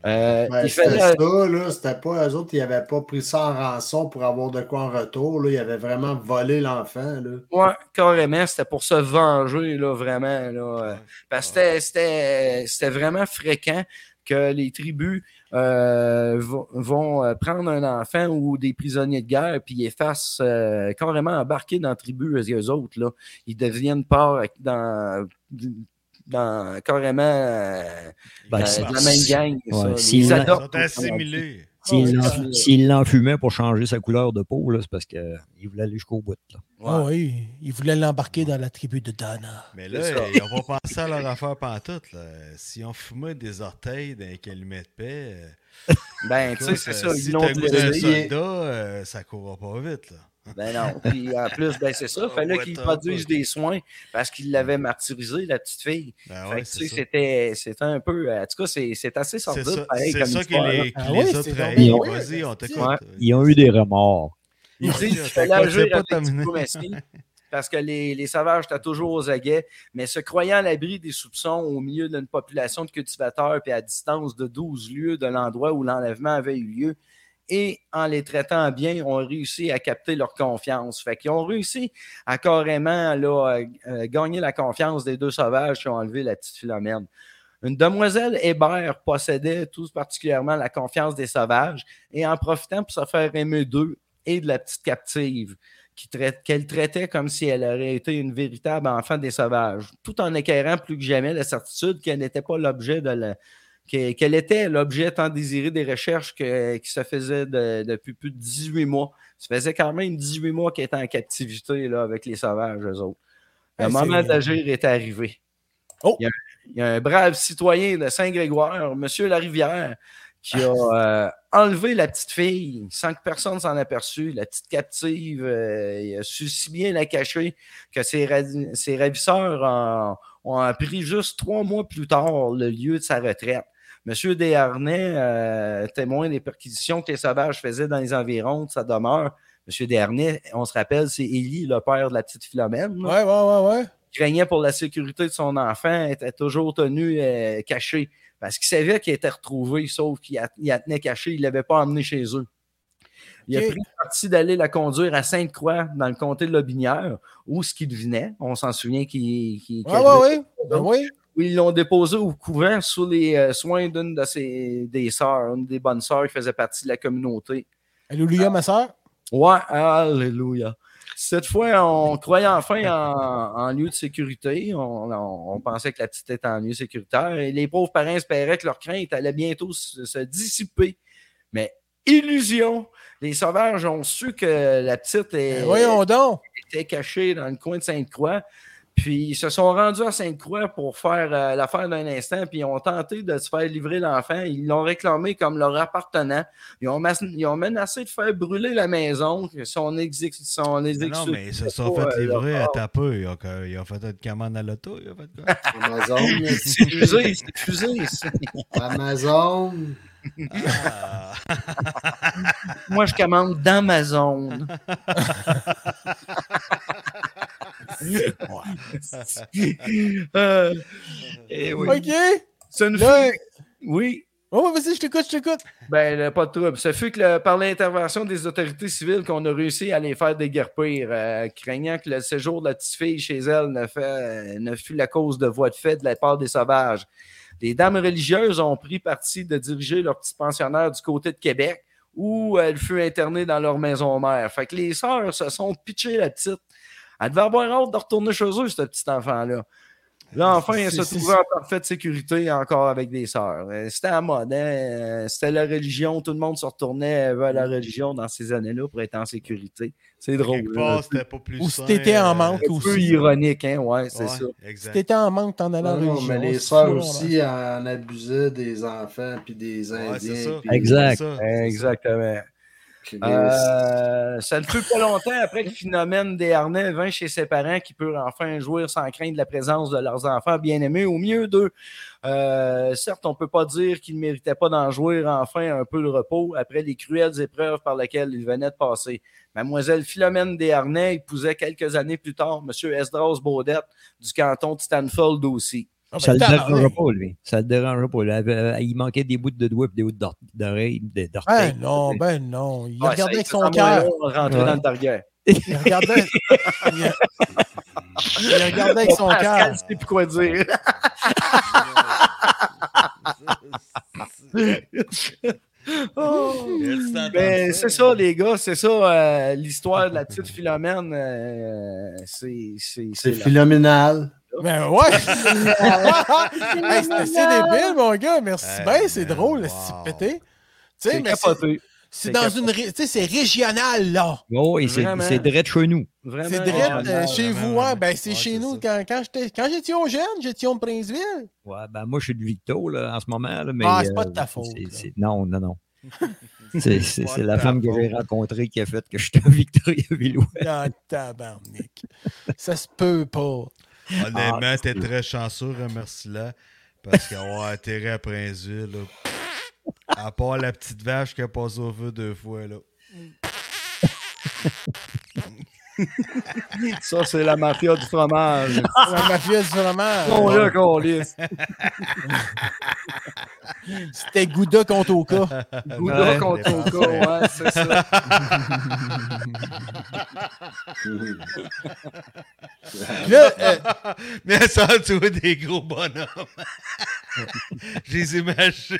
G: Euh,
C: Ben,
G: il
C: c'était
G: fallait-
C: ça, là. C'était pas eux autres, ils n'avaient pas pris ça en rançon pour avoir de quoi en retour. Là. Ils avaient vraiment volé l'enfant. Là.
G: Ouais, carrément, c'était pour se venger, là, vraiment. Là, euh, parce que c'était- c'était c'était vraiment fréquent que les tribus euh, vont, vont, euh, prendre un enfant ou des prisonniers de guerre puis les fassent euh, carrément embarquer dans la tribu, eux, eux autres. Là. Ils deviennent part euh, dans, dans carrément euh,
F: Ben,
G: euh,
F: c'est-
G: de la même gang. ça.
F: Ouais,
G: Ils
F: s'ils
E: Ils
G: s'adoptent.
E: sont assimilés.
F: S'il
G: Ah,
F: l'en-
G: oui.
F: S'il l'enfumait pour changer sa couleur de peau, là, c'est parce qu'il voulait aller jusqu'au bout. là.
G: Ouais.
D: Ah oui, ils voulaient l'embarquer dans la tribu de Donna.
E: Mais
G: C'est ça.
E: là, ils n'ont pas pensé à leur affaire pantoute. Là. Si on fumait des orteils d'un calumet de paix, euh,
G: Ben, tu sais,
E: écoute,
G: c'est
E: euh,
G: ça.
E: si
G: Ils
E: t'as
G: l'ont
E: le goût d'un
G: blessé.
E: soldat, euh, ça ne courra pas vite. Là.
G: Ben non. Puis en plus, ben c'est ça. Il fallait
E: Ouais,
G: qu'ils
E: t'as
G: produisent
E: pas.
G: des soins parce qu'ils l'avaient martyrisé, la petite fille.
E: Ben
G: Fait
E: ouais,
G: que, tu sais,
E: c'est ça.
G: c'était, c'était un peu. euh, En tout cas, c'est, c'est assez
E: C'est
G: sordide,
E: ça,
G: pareil,
E: c'est
G: comme
E: ça qui
G: histoire, là.
E: les, qui
D: Ah
E: les
D: oui,
E: a
D: c'est
E: trahis.
D: donc-
E: Vas-y, on t'écoute.
G: Ouais.
F: Ils ont eu des remords.
G: Ils
E: Ils
G: disent
E: ont
G: qu'il
E: dit,
G: fallait
E: t'inquiète,
G: agir
E: c'est pas
G: avec
E: terminé.
G: diplomatie, parce que les, les sauvages étaient toujours aux aguets, mais se croyant à l'abri des soupçons au milieu d'une population de cultivateurs puis à distance de 12 lieues de l'endroit où l'enlèvement avait eu lieu, et en les traitant bien, ont réussi à capter leur confiance. Fait qu'ils ont réussi à carrément là, euh, euh, gagner la confiance des deux sauvages qui ont enlevé la petite Philomène. Une demoiselle Hébert possédait tout particulièrement la confiance des sauvages et en profitant pour se faire aimer d'eux et de la petite captive qui traite- qu'elle traitait comme si elle aurait été une véritable enfant des sauvages, tout en éclairant plus que jamais la certitude qu'elle n'était pas l'objet de la- que- qu'elle était l'objet tant désiré des recherches que- qui se faisaient de- depuis plus de 18 mois. Ça faisait quand même 18 mois qu'elle était en captivité là, avec les sauvages, eux autres. Le
D: Ouais,
G: moment
D: c'est-
G: d'agir est arrivé.
D: Oh!
G: Il, y a, il y a un brave citoyen de Saint-Grégoire, M. Larivière, qui a
D: Ah.
G: euh, enlevé la petite fille sans que personne s'en aperçut. La petite captive, euh, il a su si bien la cacher que ses, ra- ses ravisseurs en- ont appris juste trois mois plus tard le lieu de sa retraite. Monsieur Desharnais, euh, témoin des perquisitions que les sauvages faisaient dans les environs de sa demeure, Monsieur Desharnais, on se rappelle, c'est Élie, le père de la petite Philomène. là.
D: Ouais, ouais, ouais, ouais.
G: craignait pour la sécurité de son enfant, était toujours tenu euh, caché parce qu'il savait qu'il était retrouvé, sauf qu'il a- il la tenait caché, il ne l'avait pas emmené chez eux. Il
D: Ok.
G: a pris parti d'aller la conduire à Sainte-Croix, dans le comté de Lobinière, où ce qu'il devenait, on s'en souvient qu'il
D: Oui,
G: qu'il- qu'il
D: oui, oui. Ben oui.
G: où ils l'ont déposé au couvent sous les euh, soins d'une de ses des sœurs, une des bonnes sœurs qui faisait partie de la communauté.
D: Alléluia, ma soeur.
G: Ouais, alléluia. Cette fois, on croyait enfin en, en lieu de sécurité. On, on- on pensait que la petite était en lieu sécuritaire. Et les pauvres parents espéraient que leur crainte allait bientôt se, se dissiper. Mais illusion! Les sauvages ont su que la petite est,
D: Ben Euh, Voyons donc.
G: était caché dans le coin de Sainte-Croix. Puis ils se sont rendus à Sainte-Croix pour faire euh, l'affaire d'un instant, puis ils ont tenté de se faire livrer l'enfant. Ils l'ont réclamé comme leur appartenant. Ils ont, mas- ils ont menacé de faire brûler la maison, que son exécution. Son
E: Non,
G: exécu-
E: non, mais ils se sont
G: pas,
E: fait
G: euh,
E: livrer
G: leur
E: à
G: corps.
E: taper. Ils ont, ils ont fait une commande à l'auto. Ils ont fait quoi?
C: Amazon.
G: C'est fusé, c'est fusé. c'est-
C: Amazon.
E: Ah.
G: Moi, je commande dans ma zone. Euh, eh oui.
D: OK.
G: C'est une
D: Là,
G: fille. Oui.
D: oh, vas-y, je t'écoute, je t'écoute.
G: Ben, là, pas de trouble. Ce fut que le- par l'intervention des autorités civiles qu'on a réussi à les faire déguerpir, euh, craignant que le séjour de la petite fille chez elle ne, fait- euh, ne fût la cause de voies de fait de la part des sauvages. Les dames religieuses ont pris parti de diriger leur petit pensionnaire du côté de Québec, où euh, elle fut internée dans leur maison mère. Fait que les sœurs se sont pitchées la petite. Elle devait avoir hâte de retourner chez eux, ce petit enfant-là. Là, enfin, elle se
D: C'est-
G: trouvait en parfaite sécurité encore avec des sœurs. Euh, C'était à mode, hein? Euh, C'était la religion. Tout le monde se retournait euh, vers la religion dans ces années-là pour être en sécurité. C'est drôle.
E: Mm. Quelque
G: là.
E: part, c'était pas plus
D: Ou si
E: sain,
D: t'étais en
E: euh,
D: manque
G: Un
D: aussi.
G: peu ironique, hein? Ouais, c'est
E: ouais,
G: ça.
E: Exact.
D: T'étais en manque, t'en allais en
C: Non, non,
D: religion.
C: mais les
D: c'est
C: sœurs
D: sûr,
C: aussi en abusaient des enfants puis des Indiens.
E: Ouais, c'est ça.
C: puis-
F: Exact.
E: C'est ça.
G: Exactement.
C: puis des-
G: Euh, ça ne fut pas longtemps après que le phénomène des harnais vint chez ses parents qui purent enfin jouir sans craindre la présence de leurs enfants bien-aimés au milieu d'eux. Euh, certes, on ne peut pas dire qu'ils ne méritaient pas d'en jouir enfin un peu le repos après les cruelles épreuves par lesquelles ils venaient de passer. Mademoiselle Philomène Desharnais épousait quelques années plus tard M. Esdras Baudette du canton de Stanfold aussi.
D: Ah, ben,
F: Ça le
D: tabarnak.
F: dérangera pas, lui. Ça le dérangera pas. Il, avait- il manquait des bouts de doigts pis des bouts d'or- d'oreilles, des- d'orteils.
D: Ben non, ben non. Il
G: Ouais,
D: regardait
G: ça-
D: avec
G: ça
D: son
G: semble
D: cœur.
G: Rentrer
F: Ouais.
G: dans le derrière.
D: Il regardait. il... il regardait avec son
G: Pascal,
D: cœur.
G: ne sait plus quoi dire. Oh.
E: Est-ce que t'entends
G: Ben, c'est ça, les gars, c'est ça, euh, l'histoire de la petite Philomène, euh, c'est... c'est-
C: C'est
G: c'est la-
C: phénoménal.
D: Ben ouais! Hey, C'était c'est débile, mon gars. Merci
E: Hey,
D: bien, c'est
E: man,
D: drôle,
E: wow.
D: c'est pété. Tu sais,
G: C'est
D: mais c'est-
G: capoté.
D: c'est dans une. ré- Tu sais, c'est régional, là.
F: Oh, et c'est
G: Vraiment.
F: c'est direct chez nous.
G: Vraiment.
D: C'est
E: Ah,
D: direct
E: non,
D: euh,
E: non,
D: chez
E: non,
D: vous,
E: non,
D: hein?
E: non.
D: Ben, c'est
E: Ouais,
D: chez
E: c'est
D: nous.
E: ça.
D: Quand, quand j'étais quand j'étais jeune, j'étais au Princeville.
F: Ouais, ben moi, je suis de Victo là, en ce moment. Là, mais, euh,
D: Ah, c'est pas de ta faute,
F: c'est-
D: là.
F: c'est- non, non, non. C'est c'est-
E: Pas
F: c'est
E: de
F: la
E: ta
F: femme que
E: faute.
F: j'ai rencontrée qui a fait que j'étais à Victoriaville.
D: Dans le tabarnak. Ça se peut pas.
G: Ah,
E: Honnêtement, t'es très chanceux, remercie-la. Parce qu'avoir atterri à Princeville, là, à part la petite vache qui a passé au feu deux fois, là.
G: Ça, c'est la mafia du fromage.
D: La mafia, c'est vraiment. euh,
G: On l'a, câlisse.
D: C'était Gouda contre Oka.
G: Gouda
F: Ouais,
G: contre
E: c'est
G: Oka, ouais, c'est ça.
D: Là, euh,
E: Mais ça, tu vois des gros bonhommes. Je les imagine.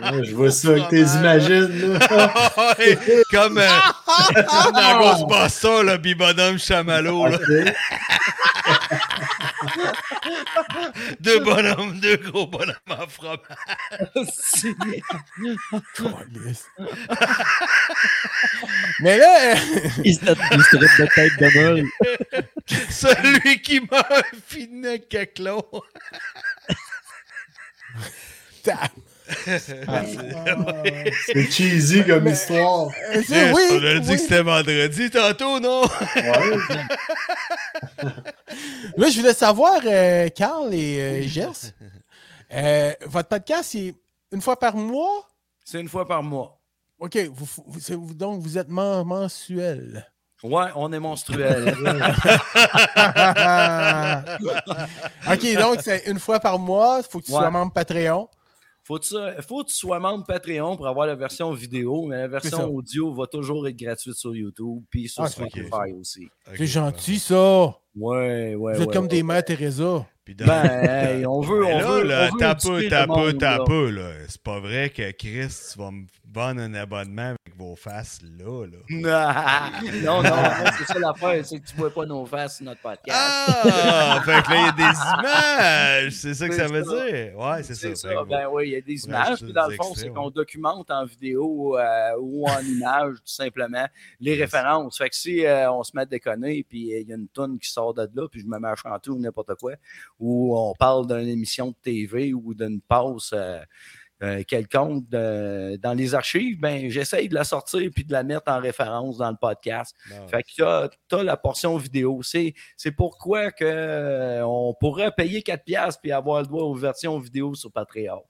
C: Ouais, je vois ça que t'es imagines. là.
G: Ah,
E: Ouais, comme, euh, comme dans Ghostbusters, le bibonhomme chamallow. Là.
C: Ok.
G: Ah,
E: Deux bonhommes, deux gros bonhommes Ah, en fromage.
D: Câlisse. Mais là, euh,
F: Il se tape une strip de tête de molle.
E: Celui qui meurt finit avec quelque l'autre.
D: ta-
E: Ah,
D: Ah,
C: C'est cheesy comme histoire.
D: euh, c'est- oui,
E: on a dit
D: oui.
E: que c'était vendredi tantôt, non?
C: Ouais.
D: Là, je voulais savoir, euh, Carl et euh, Gers, euh, votre podcast, c'est une fois par mois?
G: C'est une fois par mois.
D: OK, vous, vous- c'est- vous- donc vous êtes men- mensuel.
G: Ouais, on est monstruel.
D: OK, donc c'est une fois par mois, il faut que tu
G: Ouais.
D: sois membre Patreon.
G: faut, que ça- faut que tu sois membre Patreon pour avoir la version vidéo, mais la
D: C'est
G: version
D: ça.
G: audio va toujours être gratuite sur YouTube puis sur
D: Ah,
E: c'est ok,
G: Spotify
E: ça.
G: aussi.
E: Ok,
D: C'est gentil, ça.
G: Ouais, ouais.
D: Vous êtes
G: ouais,
D: comme
G: ouais.
D: des mères Teresa.
E: Puis dans-
G: Ben, hey, on veut.
E: Mais
G: on
E: là,
G: veut,
E: là,
G: on veut
E: t'as
G: inspirer
E: peu, t'as
G: le
E: peu,
G: monde,
E: t'as
G: là.
E: peu, là. C'est pas vrai que Chris, tu vas me vendre un abonnement avec vos faces, là, là.
G: Non, non, non, c'est ça l'affaire, c'est que tu vois pas nos faces sur notre podcast.
E: Ah! fait que là, il y a des images! C'est ça que ça
G: C'est
E: veut
G: ça.
E: dire? Ouais, c'est ça. Fait que bon.
G: Ben oui, il y a des
E: on
G: images.
E: rajoute
G: Puis dans
E: des
G: le fond,
E: extraits,
G: c'est
E: ouais.
G: qu'on documente en vidéo euh, ou en image, tout simplement, les références. Fait que si euh, on se met à déconner, puis euh, il y a une tonne qui sort de là, puis je me mets à chanter ou n'importe quoi, ou on parle d'une émission de TV ou d'une passe euh, euh, quelconque de- dans les archives, ben j'essaye de la sortir puis de la mettre en référence dans le podcast.
E: Non.
G: Fait que t'as, t'as la portion vidéo. C'est, c'est pourquoi que, euh, on pourrait payer 4$ piastres puis avoir le droit aux versions vidéo sur Patreon.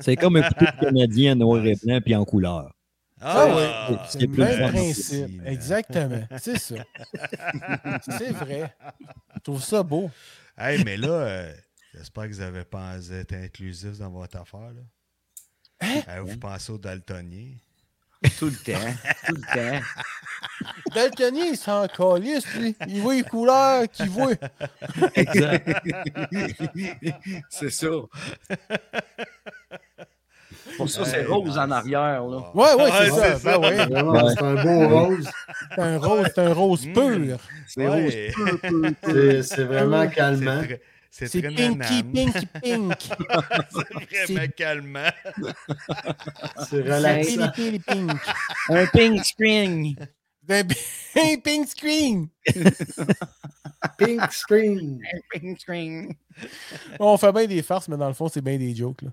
F: C'est comme écouter le Canadien en noir et blanc puis en couleur.
D: Ah,
F: ouais.
D: C'est
F: c'est
D: le
F: plus
D: même
F: fun.
D: principe. Exactement. C'est ça. C'est vrai. Je trouve ça beau.
E: Hey, mais là, euh, j'espère que vous avez pensé être inclusif dans votre affaire, là.
D: Hein?
E: Euh, vous pensez au daltonien?
G: Tout le temps. Tout le temps.
D: Daltonien, il s'en calisse, lui. Il voit les couleurs qu'il voit.
F: Exact.
G: c'est ça. Pour ça, c'est
E: Hey,
G: rose en
E: nice.
G: arrière. Là.
D: Ouais, ouais, c'est
E: Ah. Ouais,
D: ça.
E: c'est ça.
D: Ben ouais.
C: Vraiment,
F: Ouais.
C: C'est un beau rose.
D: C'est un rose, c'est un rose
E: Mm.
D: pur.
G: C'est
E: Ouais.
G: rose. peu, peu, peu.
C: C'est c'est vraiment
E: C'est
C: calmant.
E: très-
D: C'est
E: C'est très
D: pinky,
E: nanane.
D: pinky, pink.
E: C'est vraiment calmant.
C: C'est
D: C'est
C: relaxant.
D: pili, pili, pink.
G: Un pink string.
D: Ben, Un pink- pink screen.
C: Pink screen.
G: Un pink string.
D: On fait bien des farces, mais dans le fond, c'est bien des jokes. là.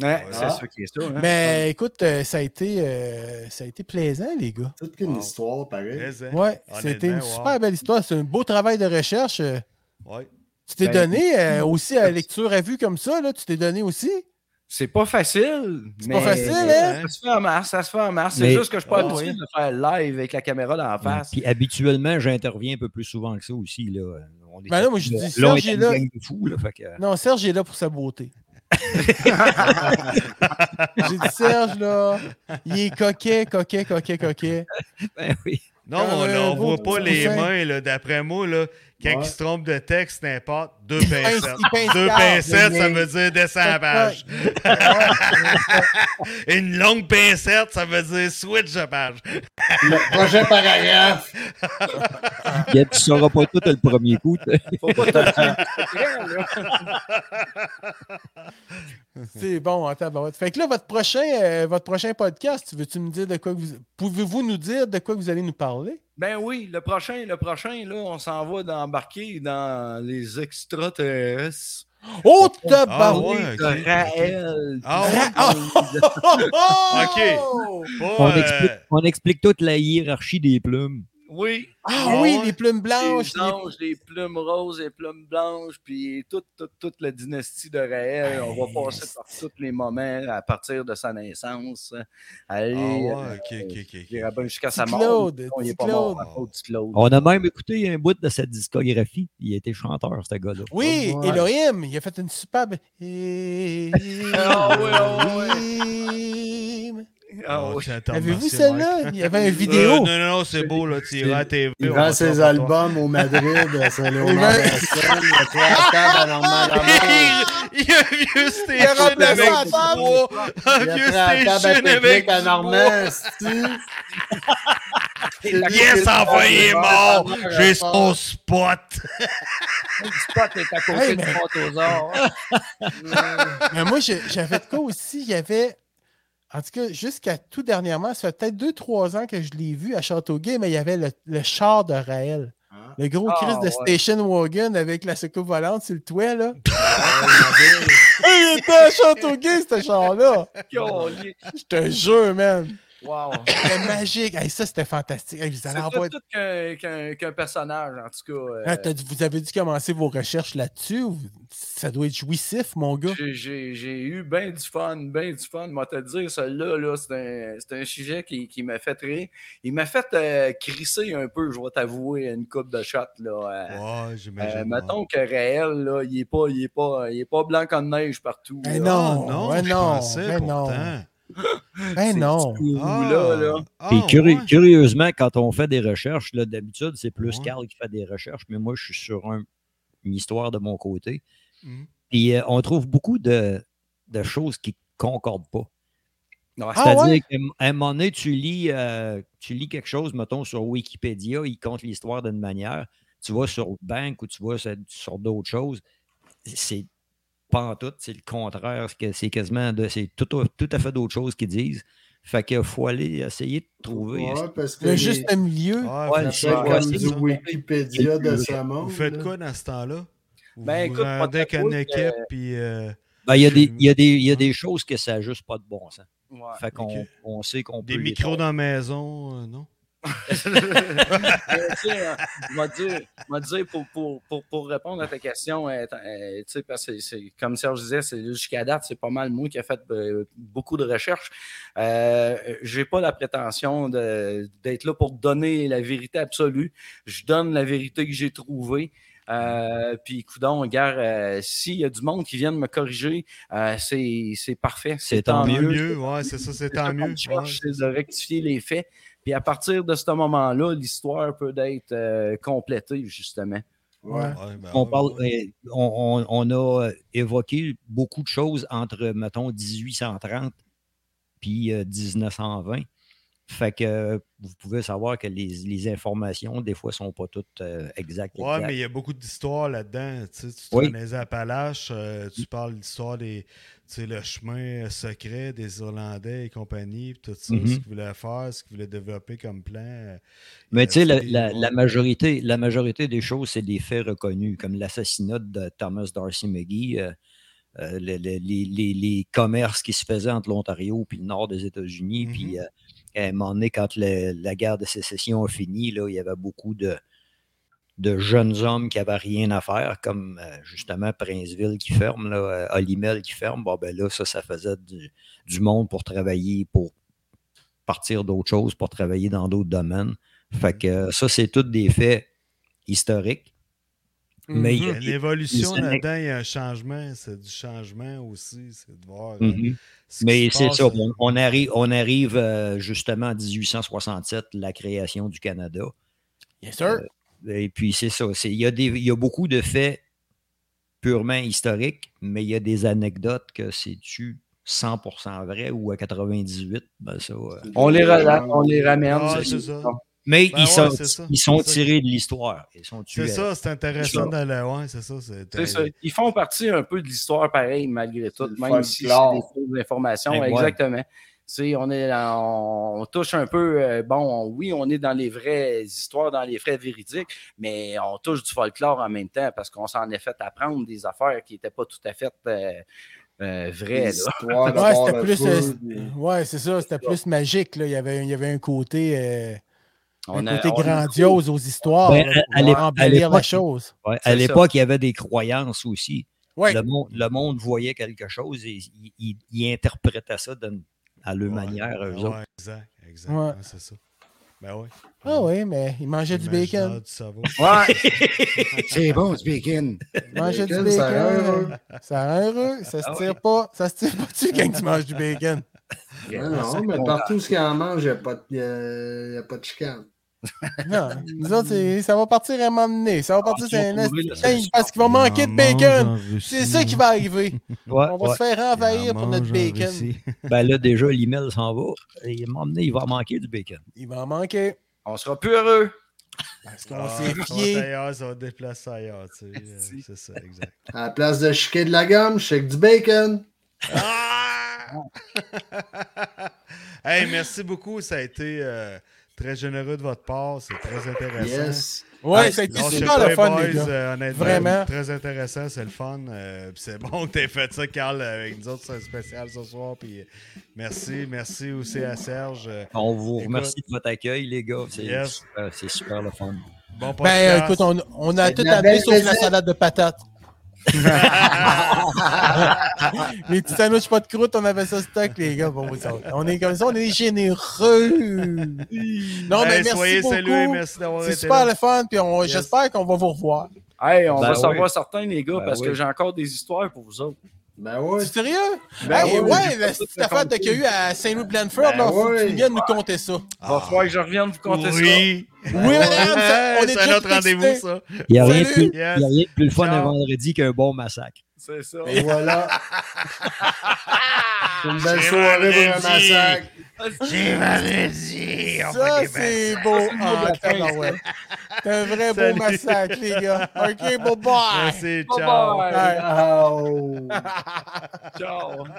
G: Ouais,
E: Ouais.
G: c'est ça qui est ça. hein.
D: Mais écoute, euh, ça, a été, euh, ça a été plaisant, les gars.
C: Toute qu'une
E: Wow.
C: histoire, pareil.
E: Mais, hein,
D: Ouais, c'était une
E: honnêtement, wow.
D: super belle histoire. C'est un beau travail de recherche. euh.
E: Ouais.
D: Tu t'es
G: Ben,
D: donné euh, aussi à la lecture à vue comme ça, là, tu t'es donné aussi.
G: C'est pas facile.
D: C'est pas
G: mais-
D: facile, hein?
E: hein?
G: Ça se fait en mars, ça se fait en mars. C'est
F: Mais-
G: juste que je suis pas
D: Ah,
G: habitué
D: oui.
G: de faire live avec la caméra dans la face.
F: Puis habituellement, j'interviens un peu plus souvent que ça aussi. Là, on est
D: Ben là, moi, je dis,
F: là,
D: Serge
F: on est
D: est
F: une
D: là.
F: gang de fous, là, fait que-
D: Non, Serge est là pour sa beauté. J'ai dit Serge, là, il est coquet, coquet, coquet, coquet.
F: Ben oui.
E: Non,
D: Quand,
E: on,
D: euh,
E: là, on
D: vos
E: voit
D: petits
E: pas les
D: coussins.
E: mains, là, d'après moi, là, quand
C: Ouais.
E: ils se trompent de texte, n'importe, deux
D: pince-
E: pincettes.
D: il pince
E: Deux
D: tard,
E: pincettes,
D: mais-
E: ça veut dire descend la page. Une longue pincette, ça veut dire switch de page.
C: Le projet paragraphe.
F: Puis, tu sauras pas tout le premier coup. t'as-
G: Faut pas te dire, là.
D: C'est bon, en tabarouette. Fait que là, votre prochain, euh, votre prochain podcast, veux-tu me dire de quoi que vous. Pouvez-vous nous dire de quoi que vous allez nous parler?
G: Ben oui, le prochain, le prochain, là, on s'en va d'embarquer dans les extraterrestres.
D: Oh, tabarouette!
E: ouais,
G: De
E: ok.
G: Raël.
E: Ah ouais?
D: Oh!
E: Pas,
F: On,
E: euh,
F: explique, on explique toute la hiérarchie des plumes.
G: Oui,
D: Ah oui,
E: Ouais.
D: les plumes blanches!
G: les anges, les plumes roses, les plumes blanches, puis toute, toute, toute la dynastie de Raël. On va passer par tous les moments à partir de sa naissance.
E: Ah
G: Allez, euh,
E: ouais, ok, ok, ok, Ah ok.
G: jusqu'à sa
D: Petit
G: mort.
D: Claude,
G: Non, il
D: petit
G: est pas mort.
E: Claude.
G: hein, pauvre petit Claude.
F: On a même écouté un bout de sa discographie. Il était chanteur, ce gars-là.
D: Oui,
C: Ouais.
D: Elohim, il a fait une superbe. Eh,
G: Ah ouais, ah
D: Elohim.
G: Ah oui.
E: Oh, tiens, attends,
D: eh, Avez-vous
E: merci, Mike.
D: celle-là? Il y avait une
E: Euh,
D: vidéo.
E: non, non, non, c'est beau, là, tu iras à TV.
C: Il
E: on
C: vend
E: va
C: ses
E: savoir toi.
C: albums au Madrid, à Saint-Léonard
D: Il vend-
C: d'Astel, il a créé la table à Normand Lamont.
E: Il y a un vieux
D: Il a
E: station
D: remplacé
E: avec
D: la
E: du
D: table.
E: bois. Un
C: Il a
E: vieux
C: créé la table à
E: station avec
C: Pétric à
E: du bois.
C: Normand, c'est-tu? C'est lui qui
E: Yes,
C: le
E: enfin, il est
C: fait,
E: mort.
C: Normand,
E: J'ai
C: Normand.
E: son spot.
G: Le spot est à côté
D: Hey,
G: du
D: mais-
G: Montosaur.
D: Mais moi, j'ai- j'avais de quoi aussi? Il y avait. En tout cas, jusqu'à tout dernièrement, ça fait peut-être 2-3 ans que je l'ai vu à Châteauguay, mais il y avait le, le char de Raël.
C: Ah.
D: Le gros
G: Ah,
D: Chris de
G: ouais.
D: Station Wagon avec la secoue volante sur le toit, là.
G: Ah,
C: Ouais,
D: il était à Châteauguay, ce char-là!
G: Calé.
D: Je te jure, man!
G: Wow.
D: C'était magique. Hey, ça, c'était fantastique. Hey, vous, allez
G: C'est
D: avoir-
G: tout, tout qu'un, qu'un- qu'un personnage, en tout cas. euh,
D: Ah, t'as dû- vous avez dû commencer vos recherches là-dessus. ou- Ça doit être jouissif, mon gars.
G: J'ai- J'ai j'ai eu bien du fun, bien du fun. Moi, te le dire, celui-là, là, c'est un, c'est un sujet qui, qui m'a fait rire. Il m'a fait euh, crisser un peu, je vais t'avouer, une coupe de shot. Là, euh,
E: Ouais,
G: euh,
E: j'imagine.
G: mettons que Raël, là, il n'est pas, il est pas, il est pas blanc comme neige partout.
D: Eh
G: là.
E: Ah,
D: non,
E: non,
D: ouais,
E: je
D: non,
E: pensais
D: ouais, non.
E: pourtant.
D: Ben
G: C'est
D: non.
G: petit coup, là, là.
E: ah,
F: Puis curi-
E: ouais.
F: curieusement, quand on fait des recherches, là, d'habitude, c'est plus
E: Ouais.
F: Carl qui fait des recherches, mais moi, je suis sur un- une histoire de mon côté.
E: Mhm.
F: Puis euh, on trouve beaucoup de, de choses qui concordent pas.
G: Ouais,
D: Ah,
F: C'est-à-dire
D: ouais?
F: qu'à m- à un moment donné, tu lis, euh, tu lis quelque chose, mettons, sur Wikipédia, il compte l'histoire d'une manière. Tu vas sur Bank ou tu vas sur, sur d'autres choses. C'est pas en tout, c'est le contraire. c'est que- C'est quasiment de- c'est tout, au- tout à fait d'autres choses qu'ils disent. Fait qu'il faut aller essayer de trouver.
C: Ouais, parce que
D: Le
C: les-
D: juste milieu.
E: Ah,
F: Ouais,
E: vous
F: c'est-
C: c'est
E: faites
F: ouais,
C: comme
E: quoi,
C: du
E: ça?
C: Wikipédia de ce monde.
E: Vous faites
C: là.
E: quoi dans ce temps-là? Vous
G: Ben,
E: vous
G: écoute, moi,
E: rendez avec une
G: t'avoue que-
E: équipe, puis... euh,
F: Ben, il y a des, il y a des- il y a
E: Ouais.
F: des choses que ça n'a juste pas de bon sens.
G: ouais.
F: Fait qu'on
E: Ok.
F: on sait qu'on peut.
E: Des
F: les
E: micros
F: faire.
E: dans la maison, euh, non?
G: Mais, tu sais, hein, Je vais te dire, je vais te dire pour, pour, pour, pour répondre à ta question, euh, t- euh, tu sais, parce que c'est- c'est- comme Serge disait, c'est jusqu'à date, c'est pas mal moi qui a fait euh, beaucoup de recherches. Euh, J'ai pas la prétention de- d'être là pour donner la vérité absolue. Je donne la vérité que j'ai trouvée. Euh,
F: Mm-hmm.
G: puis, coudon, regarde, euh, s'il y a du monde qui vient de me corriger, euh, c'est c'est parfait.
F: C'est tant
E: Tant
F: mieux.
E: mieux, ouais, c'est ça, c'est tant
G: Ce qu'on
E: mieux.
G: cherche,
E: ouais.
G: c'est de rectifier les faits. Puis à partir de ce moment-là, l'histoire peut être euh, complétée, justement.
C: Ouais.
E: Ouais, ben,
F: On,
E: ouais,
F: parle,
E: ouais.
F: eh, on, on- on a euh, évoqué beaucoup de choses entre, mettons, 1830 puis euh, 1920. Fait que euh, vous pouvez savoir que les, les informations, des fois, sont pas toutes euh, exactes.
E: Ouais,
F: exactes.
E: mais il y a beaucoup d'histoires là-dedans. Tu sais, tu te
F: Oui. Mm.
E: connais les Appalaches, euh, tu parles de l'histoire des, tu sais, le chemin euh, secret des Irlandais et compagnie, puis tout ça,
F: Mhm.
E: ce qu'ils voulaient faire, ce qu'ils voulaient développer comme plan. euh,
F: Mais
E: euh,
F: tu sais, la,
E: des-
F: la- la
E: ouais.
F: majorité, la majorité des choses, c'est des faits reconnus, comme l'assassinat de Thomas Darcy McGee, euh, euh, le- le- les, les- les commerces qui se faisaient entre l'Ontario puis le nord des États-Unis.
E: Mhm.
F: Puis euh, à un moment donné, quand le- la guerre de sécession a fini, là, il y avait beaucoup de, de jeunes hommes qui n'avaient rien à faire, comme euh, justement Princeville qui ferme, là, euh, Olimel qui ferme. Bon, ben là, ça, ça faisait du, du monde pour travailler, pour partir d'autres choses, pour travailler dans d'autres domaines. Fait que euh, ça, c'est tous des faits historiques. Mais il y
E: Il y
F: a
E: a
F: des-
E: une évolution
F: des anecdotes.
E: là-dedans, il y a un changement, c'est du changement aussi, c'est de voir. euh,
F: Mhm.
E: ce qui
F: Mais
E: se
F: c'est
E: passe,
F: ça,
E: euh,
F: on, on arrive, on arrive euh, justement en 1867, la création du Canada.
D: Yes, sir.
F: Et puis c'est ça, c'est- il y, a des- il y a beaucoup de faits purement historiques, mais il y a des anecdotes que c'est-tu 100% vrai ou à 98, ben ça... euh,
G: On les relate, on les ramène.
E: Ah,
G: c'est-
E: c'est ça.
F: Mais
E: Ben
F: ils,
E: ouais,
F: sont,
E: c'est ça,
F: ils sont
E: c'est ça.
F: tirés de l'histoire. Ils sont
E: C'est
F: tués.
E: ça, c'est intéressant dans le. Ouais, c'est ça. C'est
G: c'est ça. Ils font partie un peu de l'histoire pareil, malgré tout,
C: C'est le
G: même si c'est des
C: folklore.
G: fausses informations.
F: Ben, ouais.
G: Exactement. Tu sais, on, est, on, on touche un peu, euh, bon, on- oui, on est dans les vraies histoires, dans les faits véridiques, mais on touche du folklore en même temps parce qu'on s'en est fait apprendre des affaires qui n'étaient pas tout à fait euh, euh, vraies. là.
C: L'histoire de
D: Ouais,
C: bord
D: c'était
C: de
D: plus.
C: feu,
D: euh,
C: puis-
D: ouais, c'est ça. C'était plus magique. Là. Il, y avait, il y avait un côté, euh, un
G: On a-
D: côté
G: on a-
D: grandiose aux histoires.
F: Ben,
D: là,
F: à-
D: pour
E: Ah,
F: à l'ép- à
D: embellir la
F: l'époque-
D: chose.
F: Ouais,
G: C'est
F: à
G: ça.
F: l'époque, il y avait des croyances aussi.
D: Ouais.
F: Le, monde, le monde voyait quelque chose et il- il il interprétait ça d'une- à leur manière. euh, eux
E: ouais,
F: autres.
E: Exact, exact.
D: Ouais.
E: ouais, c'est ça. Ben oui.
D: Ah oui, mais il mangeait du bacon.
E: Du cerveau.
G: Ouais. C'est bon, ce bacon.
D: Il mangeait du
C: Bacon, ça rend
D: bacon.
C: heureux.
D: Ça rend heureux. Ça se
F: Ah
D: tire pas. Ça se tire pas dessus quand tu manges du bacon.
C: Non, non, mais partout où on mange, il n'y a, pas de- il y a- il y a pas de chicane.
D: Non. Nous autres, c'est- ça va partir à un moment donné. Ça va partir
G: ils
D: sur
G: ont
D: un
G: trouvé
D: esti-
G: la
D: Hey,
G: solution.
D: Parce qu'il va manquer de bacon. C'est ça qui va arriver.
F: Ouais,
D: On va
F: ouais.
D: se faire envahir pour notre bacon.
F: Ben là, déjà, l'email s'en va. Et à un moment donné, il va manquer du bacon.
D: Il va en manquer.
G: On sera plus heureux.
D: Parce qu'on
E: Ah, On
D: s'est fié.
E: ça va te déplacer ailleurs, tu sais. euh,
G: Si.
E: C'est ça, exact.
C: À la place de chiquer de la gomme, je chique du bacon.
E: Ah! hey, merci beaucoup. Ça a été euh, Très généreux de votre part. C'est très intéressant.
C: Yes.
D: Ouais,
C: Ah,
D: ça a été
E: Non, c'est
D: super
E: pas
D: le fun,
E: boys,
D: les gars.
E: euh, honnêtement,
D: Vraiment.
E: Très intéressant, c'est le fun. Euh, puis c'est bon que t'aies fait ça, Carl, euh, avec nous autres, c'est un spécial ce soir. Puis euh, merci, merci aussi à Serge. Euh,
F: On vous
E: Écoute.
F: remercie de votre accueil, les gars. C'est
E: Yes.
F: super, c'est super le fun.
D: Ben, euh,
E: Bon podcast.
D: écoute, on, on a
C: C'est
D: tout
C: de la
D: amené
C: belle
D: sauf la
C: recette.
D: salade de patates. les petits sandwichs pas de croûte, on avait ça stock, les gars, pour vous autres. On est comme ça, on est généreux. Non, mais
E: Hey,
D: merci
E: soyez
D: beaucoup.
E: salués, merci d'avoir
D: C'est
E: été
D: super
E: là.
D: le fun, puis on-
E: Yes.
D: j'espère qu'on va vous revoir.
G: Hey, on
F: Ben
G: va
F: oui.
G: s'en voir certains, les gars,
F: Ben
G: parce que
F: oui.
G: j'ai encore des histoires pour vous autres.
C: Ben ouais.
D: T'es sérieux?
G: Ben
D: Hey,
G: oui,
D: ouais,
G: j'ai
D: la
G: pas tout
D: petite affaire
G: raconté.
D: qu'il y a eu à Saint-Louis-Blanford,
C: Ben
D: là, faut que
C: oui.
D: tu viennes nous compter ça.
G: Va falloir que je revienne vous compter
E: Ah, Oui,
D: Oui, madame, ça- Eh, on est
E: Hey,
D: déjà
E: c'est notre
D: tout
E: rendez-vous,
D: excités.
E: ça.
F: Il n'y a, rien de
D: Salut!
F: plus- il y a rien de plus le fun un
E: Ciao.
F: vendredi qu'un bon massacre.
G: ça. C'est ça.
C: Et voilà. C'est une belle
E: J'ai
C: soirée pour un
E: vendredi.
C: massacre.
E: J'ai vendredi. on
D: Ça,
E: fait des belles-
D: c'est beau. Ah, tabarouette. C'est un vrai beau
E: Salut.
D: massacre, les gars. OK, bye-bye.
E: Merci,
G: Bye
E: ciao.
G: bye.
D: Bye.
C: Oh.
G: Ciao.